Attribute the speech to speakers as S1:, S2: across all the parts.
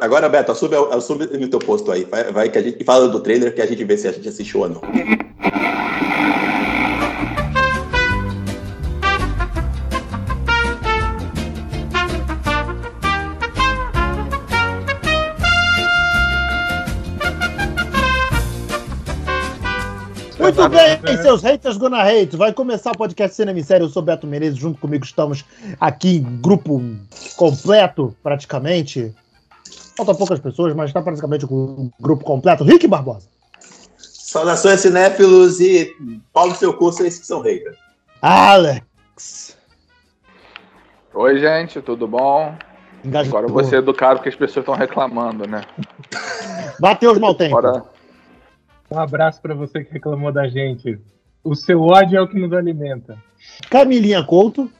S1: Agora, Beto, assume, assume no teu posto aí. Vai, vai que a gente fala do trailer que a gente vê se a gente assistiu ou não.
S2: Muito bem, seus haters gonna hate. Vai começar o podcast Cinema em Série. Eu sou Beto Menezes, junto comigo estamos aqui em grupo completo, praticamente. Faltam poucas pessoas, mas está praticamente com um grupo completo. Rick Barbosa.
S1: Saudações cinéfilos e Paulo seu curso, esses que são haters.
S2: Alex.
S3: Oi, gente, tudo bom?
S2: Engajador.
S3: Agora eu vou ser educado porque as pessoas estão reclamando, né?
S2: Matheus Maltempo.
S3: Agora,
S4: Um abraço pra você que reclamou da gente. O seu ódio é o que nos alimenta.
S2: Camilinha Couto.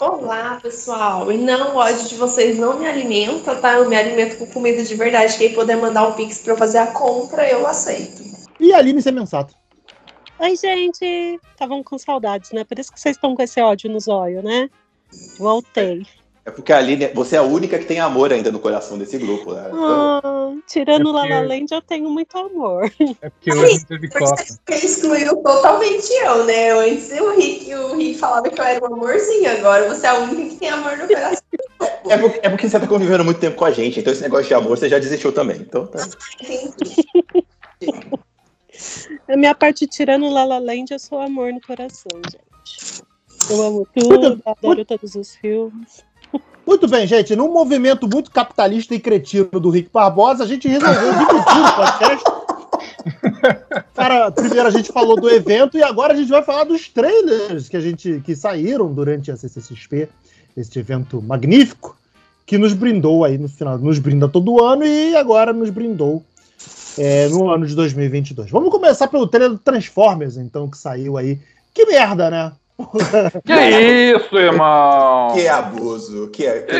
S5: Olá, pessoal. E não, o ódio de vocês não me alimenta, tá? Eu me alimento com comida de verdade. Quem puder mandar um pix pra eu fazer a compra, eu aceito.
S2: E Aline Semensato.
S6: Oi, gente! Estavam com saudades, né? Por isso que vocês estão com esse ódio nos olhos, né? Voltei.
S1: É porque a Aline, você é a única que tem amor ainda no coração desse grupo, né? Então,
S6: Ah, tirando o
S4: É porque-
S6: Lala Land, eu tenho muito amor.
S4: É porque
S5: Ai,
S4: hoje não teve Copa.
S5: Porque excluiu totalmente eu, né? Antes o Rick, o Rick falava que eu era um amorzinho, agora você é a única que tem amor no coração.
S1: é, porque, é porque você tá convivendo muito tempo com a gente, então esse negócio de amor você já desistiu também. Então, tá.
S5: Entendi.
S6: A minha parte, tirando o Lala Land, eu sou amor no coração, gente. Eu amo
S2: Muito-
S6: tudo, adoro todos os filmes.
S2: Muito bem, gente. Num movimento muito capitalista e cretino do Rick Barbosa, a gente resolveu dividir o podcast. Cara, primeiro a gente falou do evento e agora a gente vai falar dos trailers que a gente que saíram durante a CCXP, este evento magnífico que nos brindou aí no final, nos brinda todo ano e agora nos brindou é, no ano de 2022. Vamos começar pelo trailer do Transformers, então que saiu aí. Que merda, né?
S3: que isso, irmão?
S1: é? Que é? abuso, que, é,
S3: Que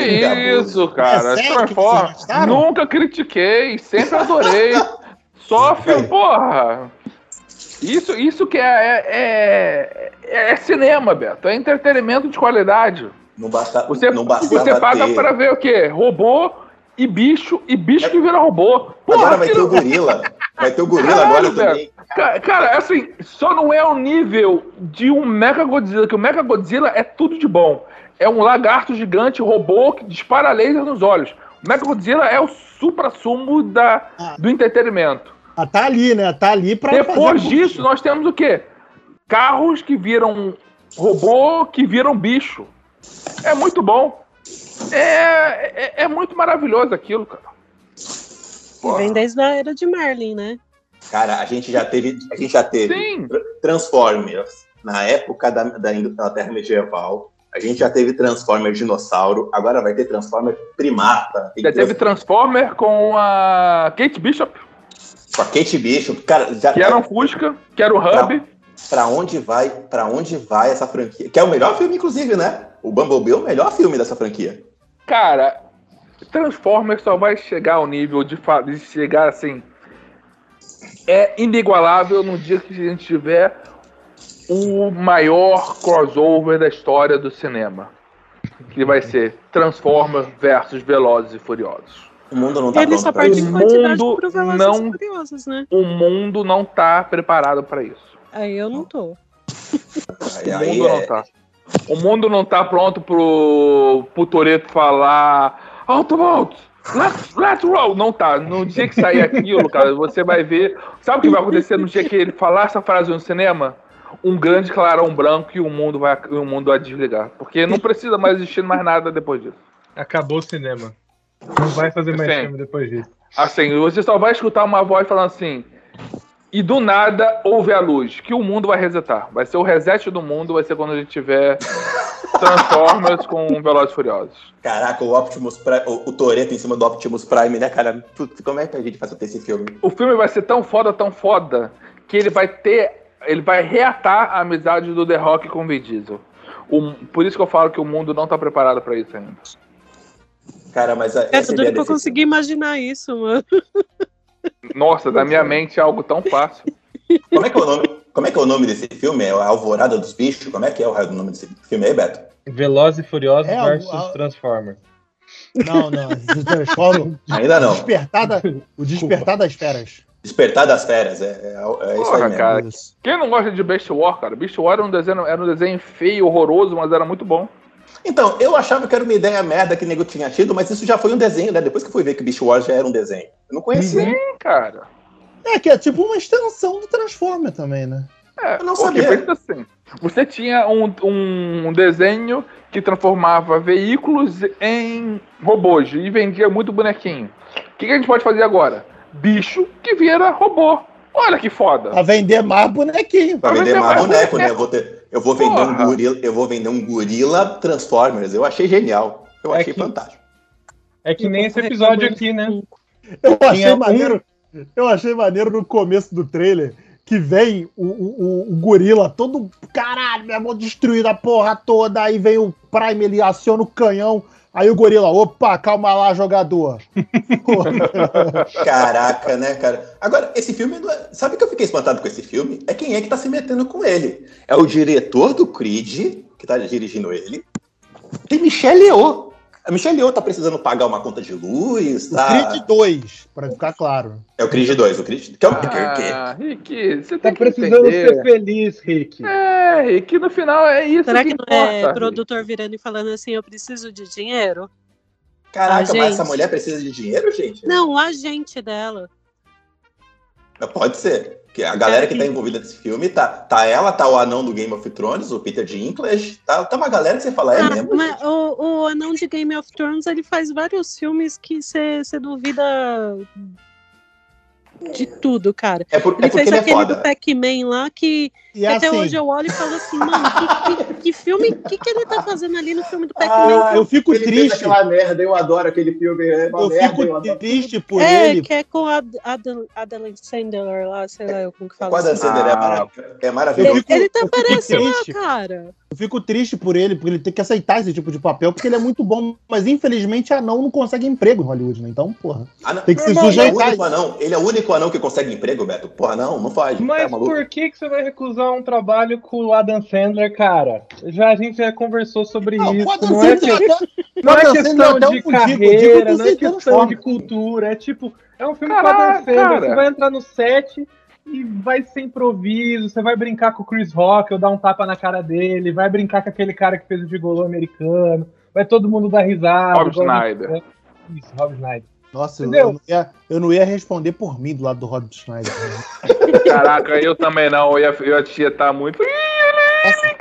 S3: isso, cara?
S2: É sério que vocês
S3: Transformers.
S2: gostaram?
S3: Nunca critiquei, sempre adorei. Só filme, porra! Isso, isso que é, é, é- é cinema, Beto. É entretenimento de qualidade.
S1: Não basta,
S3: Você,
S1: não bastava
S3: você paga
S1: ter.
S3: pra ver o quê? Robô e bicho, e bicho que vira robô. Porra,
S1: É- Agora vai ter
S3: aquilo-
S1: o gorila. Vai ter o gorila
S3: Caralho,
S1: agora também.
S3: Ca- Cara, assim, só não é o nível de um Mega Godzilla, que o Mega Godzilla é tudo de bom. É um lagarto gigante robô que dispara laser nos olhos. O Mega Godzilla é o supra-sumo da,
S2: Ah.
S3: do entretenimento.
S2: Ah, tá ali, né? Tá ali pra
S3: Depois
S2: fazer-
S3: disso, nós temos o quê? Carros que viram robô, que viram bicho. É muito bom. É, é, é muito maravilhoso aquilo, cara.
S6: E Vem desde a era de Merlin, né?
S1: Cara, a gente já teve, a gente já teve
S3: Sim.
S1: Transformers na época da, da Inglaterra medieval. A gente já teve Transformers dinossauro, agora vai ter Transformers primata. Tem
S3: Já teve
S1: trans-
S3: Transformer com a Kate Bishop.
S1: com a Kate Bishop, cara, já
S3: Que era um Fusca, que era o Hub.
S1: pra onde vai, para onde vai essa franquia? Que é o melhor filme inclusive, né? O Bumblebee é o melhor filme dessa franquia.
S3: Cara, Transformers só vai chegar ao nível de, fa- de chegar assim. É inigualável no dia que a gente tiver o maior crossover da história do cinema. Que vai ser Transformers versus Velozes e Furiosos.
S1: O mundo não tá
S6: Ele só
S1: pronto pra
S6: perde
S1: isso.
S6: em quantidade
S3: mundo
S6: pro Velozes
S3: não-
S6: e Furiosos, né?
S3: O mundo não tá preparado para isso.
S6: Aí eu não tô.
S1: E
S3: O
S1: aí
S3: mundo não
S1: é-
S3: tá. O mundo não tá pronto pro, pro Toreto falar Autobots, let's, let's roll. Não tá. No dia que sair aquilo, cara, você vai ver. Sabe o que vai acontecer no dia que ele falar essa frase no cinema? Um grande clarão branco e o mundo vai, e o mundo vai desligar. Porque não precisa mais existir mais nada depois disso.
S4: Acabou o cinema. Não vai fazer mais
S3: Sim.
S4: filme depois disso.
S3: Assim, você só vai escutar uma voz falando assim. E do nada houve a luz, que o mundo vai resetar. Vai ser o reset do mundo, vai ser quando a gente tiver Transformers com um Velozes e Furiosos.
S1: Caraca, o Optimus Prime, o, o Toreto em cima do Optimus Prime, né, cara? Putz, como é que a gente faz pra ter esse filme?
S3: O filme vai ser tão foda, tão foda, que ele vai ter. Ele vai reatar a amizade do The Rock com o Vin Diesel. O- por isso que eu falo que o mundo não tá preparado pra isso ainda.
S1: Cara, mas a,
S6: É
S1: essa
S6: tudo
S1: ideia
S6: que eu
S1: desse-
S6: consegui imaginar isso, mano.
S3: Nossa, da minha mente é algo tão fácil.
S1: Como é que é o nome? Como é que é o nome desse filme? É a Alvorada dos Bichos? Como é que é o raio do nome desse filme aí, Beto?
S4: Velozes e Furiosos
S2: É,
S4: versus
S2: a-
S4: Transformers.
S2: Não, não. Eu choro.
S1: Ainda não.
S2: Despertada, o despertar das feras.
S1: Despertar das Feras, é, é, é isso aí
S3: Porra,
S1: mesmo.
S3: cara.
S2: Isso.
S3: Quem não gosta de Beast War, cara? Beast War era um desenho, era um desenho feio, horroroso, mas era muito bom.
S1: Então, eu achava que era uma ideia merda que o nego tinha tido, mas isso já foi um desenho, né? Depois que eu fui ver que Beast Wars já era um desenho. Eu não conhecia.
S3: Sim, cara.
S2: É que é tipo uma extensão do Transformer também, né?
S3: É,
S1: Eu não
S3: porque
S1: sabia.
S3: pensa assim, você tinha um, um desenho que transformava veículos em robôs e vendia muito bonequinho. O que, que a gente pode fazer agora? Bicho que vira robô. Olha que foda.
S2: Pra vender mais bonequinho.
S1: Pra
S3: Mas
S1: vender
S3: você
S1: mais
S3: vai-
S1: boneco, né? Eu vou, ter- eu vou vender um
S3: Porra.
S1: gorila, eu vou vender um gorila Transformers. Eu achei genial. Eu
S4: É
S1: achei
S4: que-
S1: fantástico.
S4: É que nem esse episódio aqui, né?
S2: Eu achei
S4: Tinha um-
S2: maneiro. Eu achei maneiro no começo do trailer que vem o, o, o- o gorila todo caralho, meu irmão, destruído a porra toda. Aí vem o Prime, ele aciona o canhão. Aí o gorila, opa, calma lá, jogador.
S1: Caraca, né, cara? Agora, esse filme. não é- Sabe o que eu fiquei espantado com esse filme? É quem é que tá se metendo com ele. É o diretor do Creed, que tá dirigindo ele, e Michelle Yeoh. A Michelle Yeoh tá precisando pagar uma conta de luz,
S2: o
S4: Ah.
S1: tá?
S2: Creed 2, pra ficar claro.
S1: É o Creed 2, o Creed. Que é o que- que-
S3: Ah, Rick, você
S4: Tá
S3: tem que
S4: precisando ser
S3: entender.
S4: feliz, Rick.
S3: É, Rick, no final é isso
S6: Será
S3: que
S6: que não é
S3: importa.
S6: produtor virando e falando assim, eu preciso de dinheiro?
S1: Caraca,
S6: Ah,
S1: mas
S6: gente.
S1: essa mulher precisa de dinheiro, gente?
S6: Não, o agente dela.
S1: Pode ser. Que a galera que tá envolvida nesse filme, tá, tá ela, tá o anão do Game of Thrones, o Peter Dinklage, tá, tá uma galera que você fala, é
S6: Ah,
S1: mesmo?
S6: mas
S1: gente?
S6: o, o anão de Game of Thrones, ele faz vários filmes que você duvida de tudo, cara.
S1: É, por- é
S6: Ele
S1: porque
S6: fez
S1: ele é
S6: aquele do
S1: foda.
S6: Pac-Man lá que
S2: E
S6: até
S2: assim,
S6: hoje eu olho e falo assim, mano, que, que- que filme, que, que ele tá fazendo ali no filme do Pac-Man?
S1: Ah,
S2: eu fico
S1: ele fez
S2: triste.
S1: aquela merda, eu adoro aquele filme, é uma
S2: Eu
S1: merda, eu adoro.
S2: fico triste por
S6: é,
S2: ele.
S6: que é com a Ad- Adam- Adam Sandler lá, sei lá eu como que fala.
S1: Quase
S6: assim.
S1: Sandler é,
S3: Ah.
S1: mara- é
S2: Eu
S1: maravilhoso.
S2: fico,
S6: Ele tá
S2: eu fico
S6: parecendo
S2: triste.
S6: Ah, cara.
S2: Eu fico triste por ele, porque ele tem que aceitar esse tipo de papel, porque ele é muito bom, mas infelizmente anão não consegue emprego em Hollywood, né? Então, porra.
S1: Ah, não.
S2: Tem que se
S1: Meu irmão, Ele é, o
S2: sujeitar.
S1: único anão, ele é o único anão que consegue emprego, Beto. Porra, não, não faz. tá
S4: Mas
S1: maluco.
S4: por que, que você vai recusar um trabalho com o Adam Sandler, cara? Já, a gente já conversou sobre isso.
S2: pode
S4: Não é,
S2: ser
S4: que,
S2: até-
S4: não é
S2: Adam
S4: questão
S2: Sandler é
S4: de
S2: um fudido, digo
S4: carreira,
S2: dos
S4: não é questão de
S2: Transformers.
S4: cultura. É tipo, é um filme com o Adam
S3: Caraca,
S4: Sandler.
S3: cara.
S4: Você vai entrar no set e vai ser improviso. Você vai brincar com o Chris Rock, ou dar um tapa na cara dele. Vai brincar com aquele cara que fez o gigolô americano. Vai todo mundo dar risada.
S3: Rob
S4: igual a gente-
S3: Schneider.
S4: Isso, Rob Schneider.
S2: Nossa, eu,
S4: Entendeu?
S2: eu não ia, eu não ia responder por mim do lado do Rob Schneider. né?
S3: Caraca, eu também não. Eu ia, eu ia tietar muito.
S2: Nossa,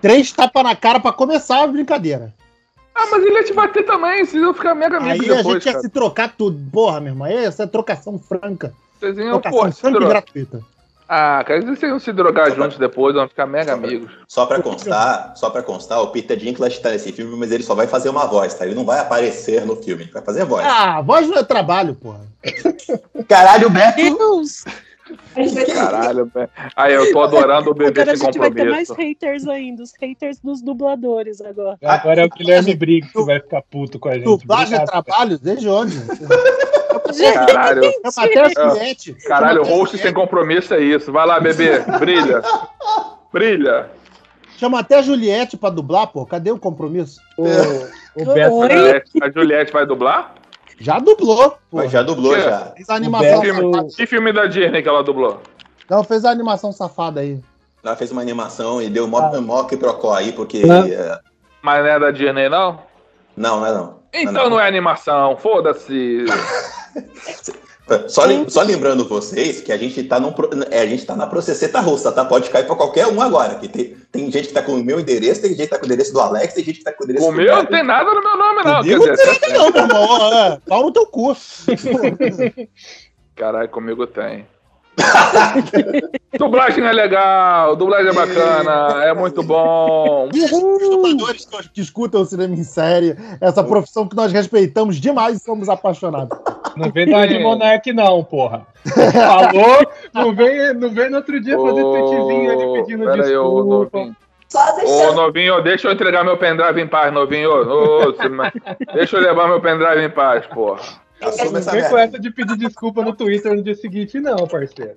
S2: três tapas na cara pra começar a brincadeira.
S3: Ah, mas ele ia te bater também, vocês iam ficar mega amigos
S2: Aí a
S3: depois,
S2: gente ia
S3: cara.
S2: se trocar tudo. Porra, meu irmão, essa é trocação franca.
S3: Vocês iam,
S2: Trocação
S3: pô, se
S2: franca e
S3: drogar.
S2: gratuita.
S3: Ah, cara, vocês iam se drogar juntos depois, vão ficar mega amigos.
S1: Só pra constar, só pra constar, o Peter Dinklage tá nesse filme, mas ele só vai fazer uma voz, tá? Ele não vai aparecer no filme, ele vai fazer voz.
S2: Ah, voz não é trabalho, porra.
S1: Caralho, Beto!
S6: Deus,
S5: A gente vai ter
S3: Caralho, velho. Aí eu tô adorando o bebê
S6: agora a
S3: sem
S6: gente vai ter mais
S3: compromisso.
S6: haters ainda, os haters dos dubladores agora.
S4: Agora é o Guilherme
S2: dublagem-
S4: Briggs que
S2: du-
S4: vai ficar puto com a gente.
S2: Dublagem é
S4: Obrigado, cara.
S2: trabalho? Desde onde?
S3: Caralho,
S2: É bater as cliente.
S3: caralho,
S2: Chama até
S3: host
S2: as
S3: sem compromisso é isso. Vai lá, bebê, brilha. Brilha.
S2: Chama até a Juliette pra dublar, pô. Cadê o compromisso?
S4: O, o
S6: Oi?
S4: Beto,
S3: A Juliette, É, a Juliette vai dublar?
S2: Já dublou, pô.
S1: Mas já dublou,
S3: É.
S1: já.
S2: Fez a animação
S4: O Beto-
S2: safada.
S3: Que filme da Disney que ela dublou?
S2: Não, fez a animação safada aí.
S1: Ela fez uma animação e deu mó, mó que procó aí, porque...
S4: Hã?
S1: é,
S3: Mas não é da Disney, não?
S1: Não, não é não.
S3: Então não é animação, foda-se.
S1: Só, lem- só lembrando vocês que a gente tá, num, pro- é, a gente tá na processeta russa, tá? Pode cair pra qualquer um agora. Que tem, tem gente que tá com o meu endereço, tem gente que tá com o endereço do Alex, tem gente que tá com o endereço
S3: O
S1: do
S3: meu
S6: é
S3: não
S1: Beto.
S3: tem nada no meu nome, não. Quer
S2: Comigo não
S3: dizer,
S2: tem nada não, meu irmão. Ó, é, Pau no teu cu.
S3: Caralho, comigo tem. dublagem é legal, dublagem é bacana, é muito bom.
S2: Os dubladores que hoje que escutam o cinema em série, essa profissão que nós respeitamos demais e somos apaixonados.
S4: não vem dar de Monark, não, porra. Falou, não vem, não vem no outro dia fazer tweetzinho
S3: Ô,
S4: ali pedindo
S3: pera aí, ô,
S4: desculpa.
S3: novinho.
S5: Só
S3: Ô,
S5: deixando.
S3: novinho, deixa eu entregar meu pendrive em paz, novinho. Ô, ô, se ma- deixa eu levar meu pendrive em paz, porra.
S1: Assuma
S4: não
S1: essa
S4: vem com
S1: merda.
S4: essa de pedir desculpa no Twitter no dia seguinte, não, parceiro.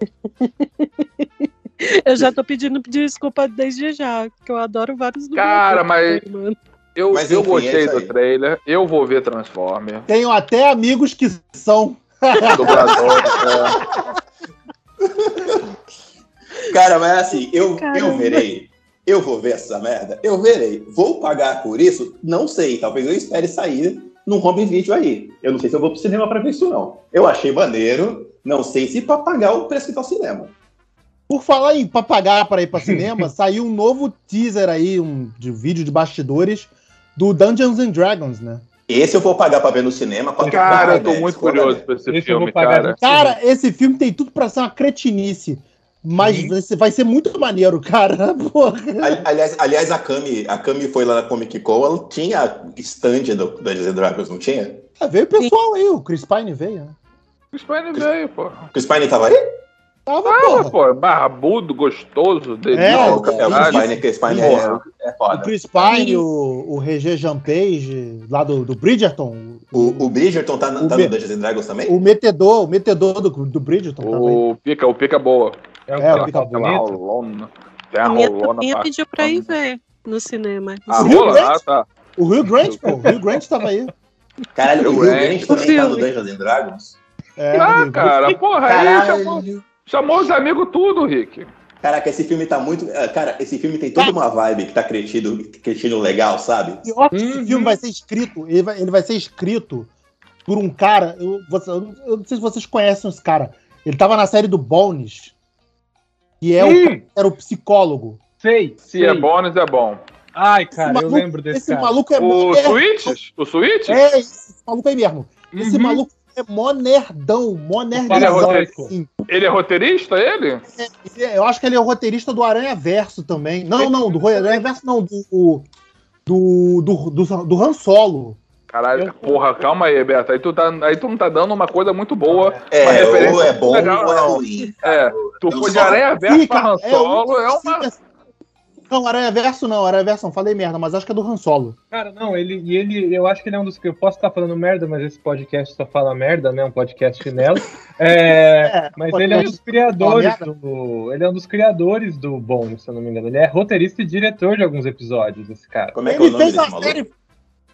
S6: Eu já tô pedindo desculpa desde já, que eu adoro vários
S3: Cara,
S6: dubladores, mano.
S3: Eu,
S1: Mas
S3: eu
S1: enfim, é
S3: gostei
S1: isso
S3: do
S1: aí.
S3: trailer, eu vou ver Transformer,
S2: Tenho até amigos que são.
S3: dublador.
S1: né?
S3: é.
S1: Cara, mas assim, eu,
S6: Caramba.
S1: eu verei. Eu vou ver essa merda. Eu verei. Vou pagar por isso? Não sei. Talvez eu espere sair num home video aí. Eu não sei se eu vou pro cinema pra ver isso, não. Eu achei maneiro. Não sei se pra pagar o preço que tá o cinema.
S2: Por falar em papagaio para ir para cinema, saiu um novo teaser aí, um de vídeo de bastidores do Dungeons and Dragons, né?
S1: Esse eu vou pagar pra ver no cinema. pra
S3: Cara,
S1: pagar,
S3: eu tô
S1: né?
S3: muito
S1: Escolha,
S3: curioso
S1: né?
S3: pra esse
S4: Esse eu
S3: filme,
S4: vou pagar
S3: cara.
S4: de-
S2: Cara, esse filme tem tudo pra ser uma cretinice, mas vai ser- vai ser muito maneiro, cara. Porra.
S1: Ali- Aliás, aliás, a Cami, a Cami foi lá na Comic Con, ela tinha stand do Dungeons and Dragons, não tinha?
S2: Ah, Veio o pessoal aí, o Chris Pine veio, né?
S3: O Spider veio, pô.
S1: O Spine tava aí?
S2: Tava,
S3: Ah,
S2: porra.
S3: pô, barbudo, gostoso, delícia.
S2: É,
S1: não, é, o
S3: caralho.
S1: Spine, que o Spine
S3: Porra.
S1: é, é
S2: O
S1: foda.
S2: Chris Pine, o, o Regé Jampage, lá do, do Bridgerton.
S1: O, o Bridgerton tá, na-
S2: O
S1: tá
S2: Be-
S1: no Dungeons and Dragons também?
S2: O metedor, o metedor do, do
S1: tá
S2: Bridgerton tava aí.
S3: O pica, o pica boa.
S4: É,
S2: É,
S3: um
S2: o
S4: o que
S2: Pica
S4: tá
S2: Bonito.
S3: Aquela
S4: bonito.
S3: rolona. Tem a
S6: A minha
S3: rolona
S6: também
S3: é pra...
S6: pediu pra ir ver no cinema.
S3: A
S2: Rio
S3: rola?
S2: Grande?
S3: Ah, tá.
S2: O Rio Grande, pô. O Rio Grande tava aí.
S1: Caralho, o
S3: Eu
S1: Rio
S3: é.
S1: Grande também tá no
S6: Filme.
S1: Dungeons and Dragons?
S2: É,
S3: ah,
S2: Rio Grande.
S3: cara, porra, aí chamou,
S1: Caralho.
S3: chamou os amigos tudo, Rick.
S1: Caraca, esse filme tá muito... ah, Cara, esse filme tem toda uma vibe que tá cretino, cretino legal, sabe?
S2: E óbvio que esse filme vai ser escrito, ele vai, ele vai ser escrito por um cara. Eu, você- eu não- eu não sei se vocês conhecem esse cara. Ele tava na série do Bones, que é o,
S4: Ih,
S2: era o psicólogo.
S4: sei.
S3: Se é bônus, é bom.
S4: Ai,
S2: Esse
S4: cara,
S2: maluco-
S4: eu lembro desse
S2: esse
S4: cara.
S2: maluco é mó
S3: O
S2: nerdão.
S3: Switch? O Switch?
S2: É, esse maluco aí mesmo. Esse
S4: Uhum.
S2: maluco é mó nerdão, mó
S4: Ele é
S2: nerdzão.
S4: roteirista.
S2: assim.
S3: Ele é roteirista, ele?
S2: Ele é- Eu acho que ele é o roteirista do Aranha Verso também. Não, não, do Aranha Verso não, do. Do, do, do, do Han Solo.
S3: Caralho,
S4: Eu-
S3: porra, calma aí, Beto. Aí tu, tá, aí tu não tá dando uma coisa muito boa. Uma
S1: É, ou
S3: referência
S1: é bom
S3: legal,
S1: ou é
S3: não.
S1: ruim.
S3: É, tu
S1: Eu
S3: foi de
S1: só-
S3: areia verso pra
S2: cara,
S3: Han Solo, é,
S2: o-
S3: uma...
S2: um assim. Não, Aranha Verso não, Aranha Verso não, falei merda, mas acho que é do Han Solo.
S4: Cara, não, ele, e ele, eu acho que ele é um dos que eu posso estar falando merda, mas esse podcast só fala merda, né? Um podcast chinelo. É,
S2: É,
S4: mas
S2: pode-
S4: ele é um dos criadores
S2: merda.
S4: do, ele é um dos criadores do Bom, se eu não me engano. Ele é roteirista e diretor de alguns episódios, esse cara.
S1: Como é que é o
S2: Ele
S1: nome
S2: fez
S1: desse
S2: uma
S1: maluco?
S2: série.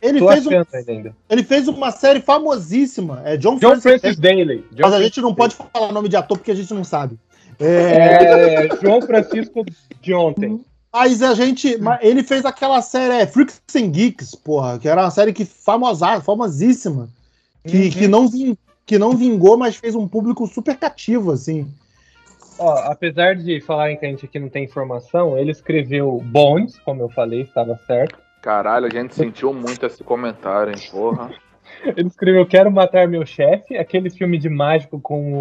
S2: Ele
S4: Tô
S2: fez, um-
S4: achando ainda.
S2: ele fez uma série famosíssima. É John,
S4: John
S2: Francis.
S4: Francis Daly. John
S2: Mas a
S4: Francis-
S2: gente não pode falar nome de ator porque a gente não sabe. É,
S4: É, João Francisco de
S2: Uhum.
S4: ontem.
S2: mas a gente. mas Ele fez aquela série é, Freaks and Geeks, porra, que era uma série que famosa, famosíssima. Que,
S4: Uhum.
S2: que, não vin- que não vingou, mas fez um público super cativo, assim.
S4: Ó, apesar de falarem que a gente aqui não tem informação, ele escreveu Bones, como eu falei, estava certo.
S3: Caralho, a gente sentiu muito esse comentário, hein, porra.
S4: Ele escreveu Quero Matar Meu Chefe, aquele filme de mágico com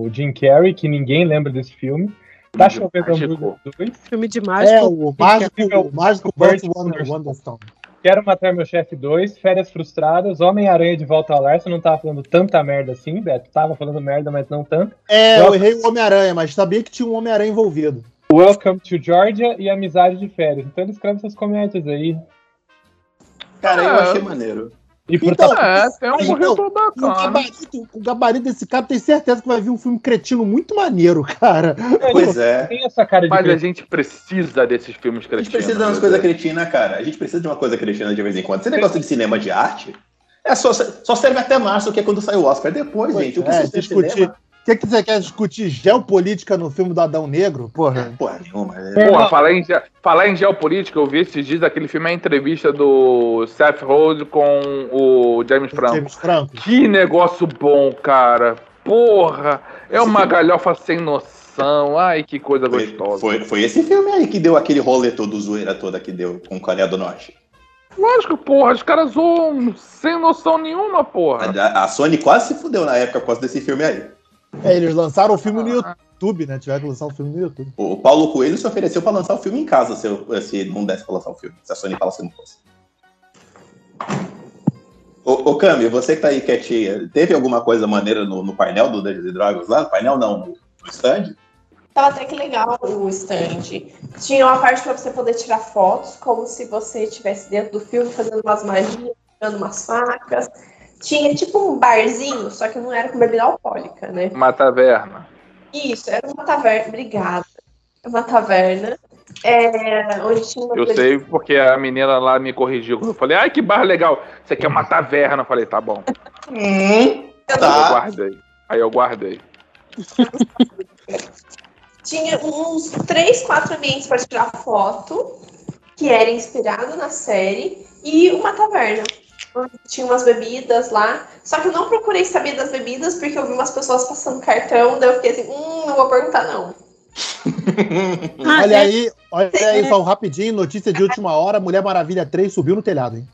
S4: o Jim Carrey, que ninguém lembra desse filme. Tá chovendo
S3: Mágico.
S4: hambúrguer 2.
S6: Filme de
S2: É,
S6: mágico.
S2: o mágico, o mágico Burt
S4: Burt
S2: Wonder-
S4: Wonderstone.
S2: Wonderstone.
S4: Quero Matar Meu Chefe 2, Férias Frustradas, Homem-Aranha de Volta ao Lar. Você não tava falando tanta merda assim, Beto? Tava falando merda, mas não tanto.
S2: É, eu errei o Homem-Aranha, mas sabia que tinha um Homem-Aranha envolvido.
S4: Welcome to Georgia e Amizade de Férias. Então ele escreve essas comédias aí.
S1: Cara, eu
S3: Ah.
S1: achei maneiro.
S4: E por
S2: Então,
S3: É, tem um
S2: Então,
S3: corretor
S2: E O
S3: bacana.
S2: gabarito, o gabarito desse cara tem certeza que vai vir um filme cretino muito maneiro, cara.
S1: Pois é.
S4: tem essa cara de
S3: Mas a
S4: cretino.
S3: gente precisa desses filmes
S1: A
S3: cretinos.
S1: gente precisa de umas coisas cretinas, cara. A gente precisa de uma coisa cretina de vez em quando. Esse negócio de cinema de arte é só, só serve até março, que é quando sai o Oscar. Depois,
S2: Pois
S1: gente, o que
S2: é,
S1: vocês têm
S2: discutir.
S1: cinema?
S2: O que, que você quer discutir? Geopolítica no filme do Adão Negro? Porra.
S1: Porra nenhuma. é-
S3: Porra, falar em, ge- falar em geopolítica, eu vi esses dias aquele filme, a entrevista do Seth Rhodes com o James Franco.
S2: James Franco.
S3: Que negócio bom, cara. Porra, é uma galhofa sem noção. Ai, que coisa
S1: Foi,
S3: gostosa.
S1: foi, foi esse filme aí que deu aquele rolê todo, zoeira toda que deu com Coreia do Norte.
S3: Lógico, porra, os caras zoam sem noção nenhuma, porra.
S1: A, a Sony quase se fudeu na época por causa desse filme aí.
S2: É, eles lançaram o filme no YouTube, né? Tiveram que lançar o filme no YouTube.
S1: O, o Paulo Coelho se ofereceu pra lançar o filme em casa, se, eu- se não desse pra lançar o filme. Se a Sony falasse que não fosse. Ô, ô Cami, você que tá aí quietinha, teve alguma coisa maneira no, no painel do Dungeons and Dragons lá? No painel não, no, no stand?
S5: Tava até que legal o stand. Tinha uma parte pra você poder tirar fotos, como se você estivesse dentro do filme fazendo umas magias, tirando umas facas. Tinha tipo um barzinho, só que não era com bebida alcoólica,
S1: é-
S5: né?
S3: Uma taverna.
S5: Isso, era uma taverna, obrigada. Uma taverna. É, onde tinha uma
S3: Eu
S5: coisa-
S3: sei porque a menina lá me corrigiu. Quando eu falei, ai, que bar legal. Você quer uma taverna? Eu falei, tá bom.
S1: Hum,
S3: Aí eu
S1: tá.
S3: guardei. Aí eu guardei.
S5: Tinha uns três, quatro ambientes para tirar foto, que era inspirado na série, e uma taverna. Tinha umas bebidas lá. Só que eu não procurei saber das bebidas, porque eu vi umas pessoas passando cartão, daí eu fiquei assim, hum, não vou perguntar, não.
S6: Ah,
S2: olha
S6: é.
S2: aí, olha aí, só um rapidinho, notícia de última hora, Mulher Maravilha 3 subiu no telhado, hein?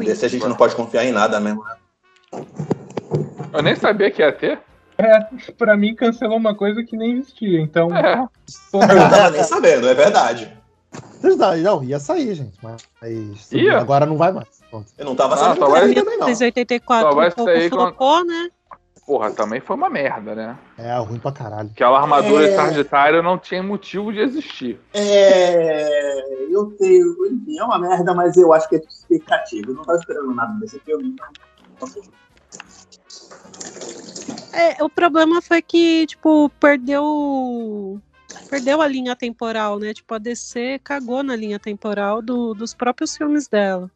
S1: Desse a gente não pode confiar em nada mesmo.
S3: Eu nem sabia que ia ter.
S4: Pra mim, cancelou uma coisa que nem existia. Então,
S3: É.
S4: tô-
S1: Eu tava nem sabendo, é verdade.
S2: Vocês não- Não, ia sair, gente, mas mas
S3: Ia?
S2: agora não vai mais. Pronto.
S1: Eu não tava
S3: Ah,
S1: sabendo
S3: só
S6: tá
S1: que
S3: vai-
S1: era também, não.
S6: 1984
S3: Só vai
S6: um pouco
S3: sair com a-
S6: flopou, né?
S3: Porra, também foi uma merda, né?
S2: É, ruim pra caralho.
S3: Aquela armadura
S1: É.
S3: de Sagitário não tinha motivo de existir.
S1: É, eu tenho, enfim, é uma merda, mas eu acho que é explicativo. Eu não tava esperando nada desse filme. então, não sei.
S6: É, o problema foi que, tipo, perdeu. Perdeu a linha temporal, né? Tipo, a DC cagou na linha temporal do- dos próprios filmes dela.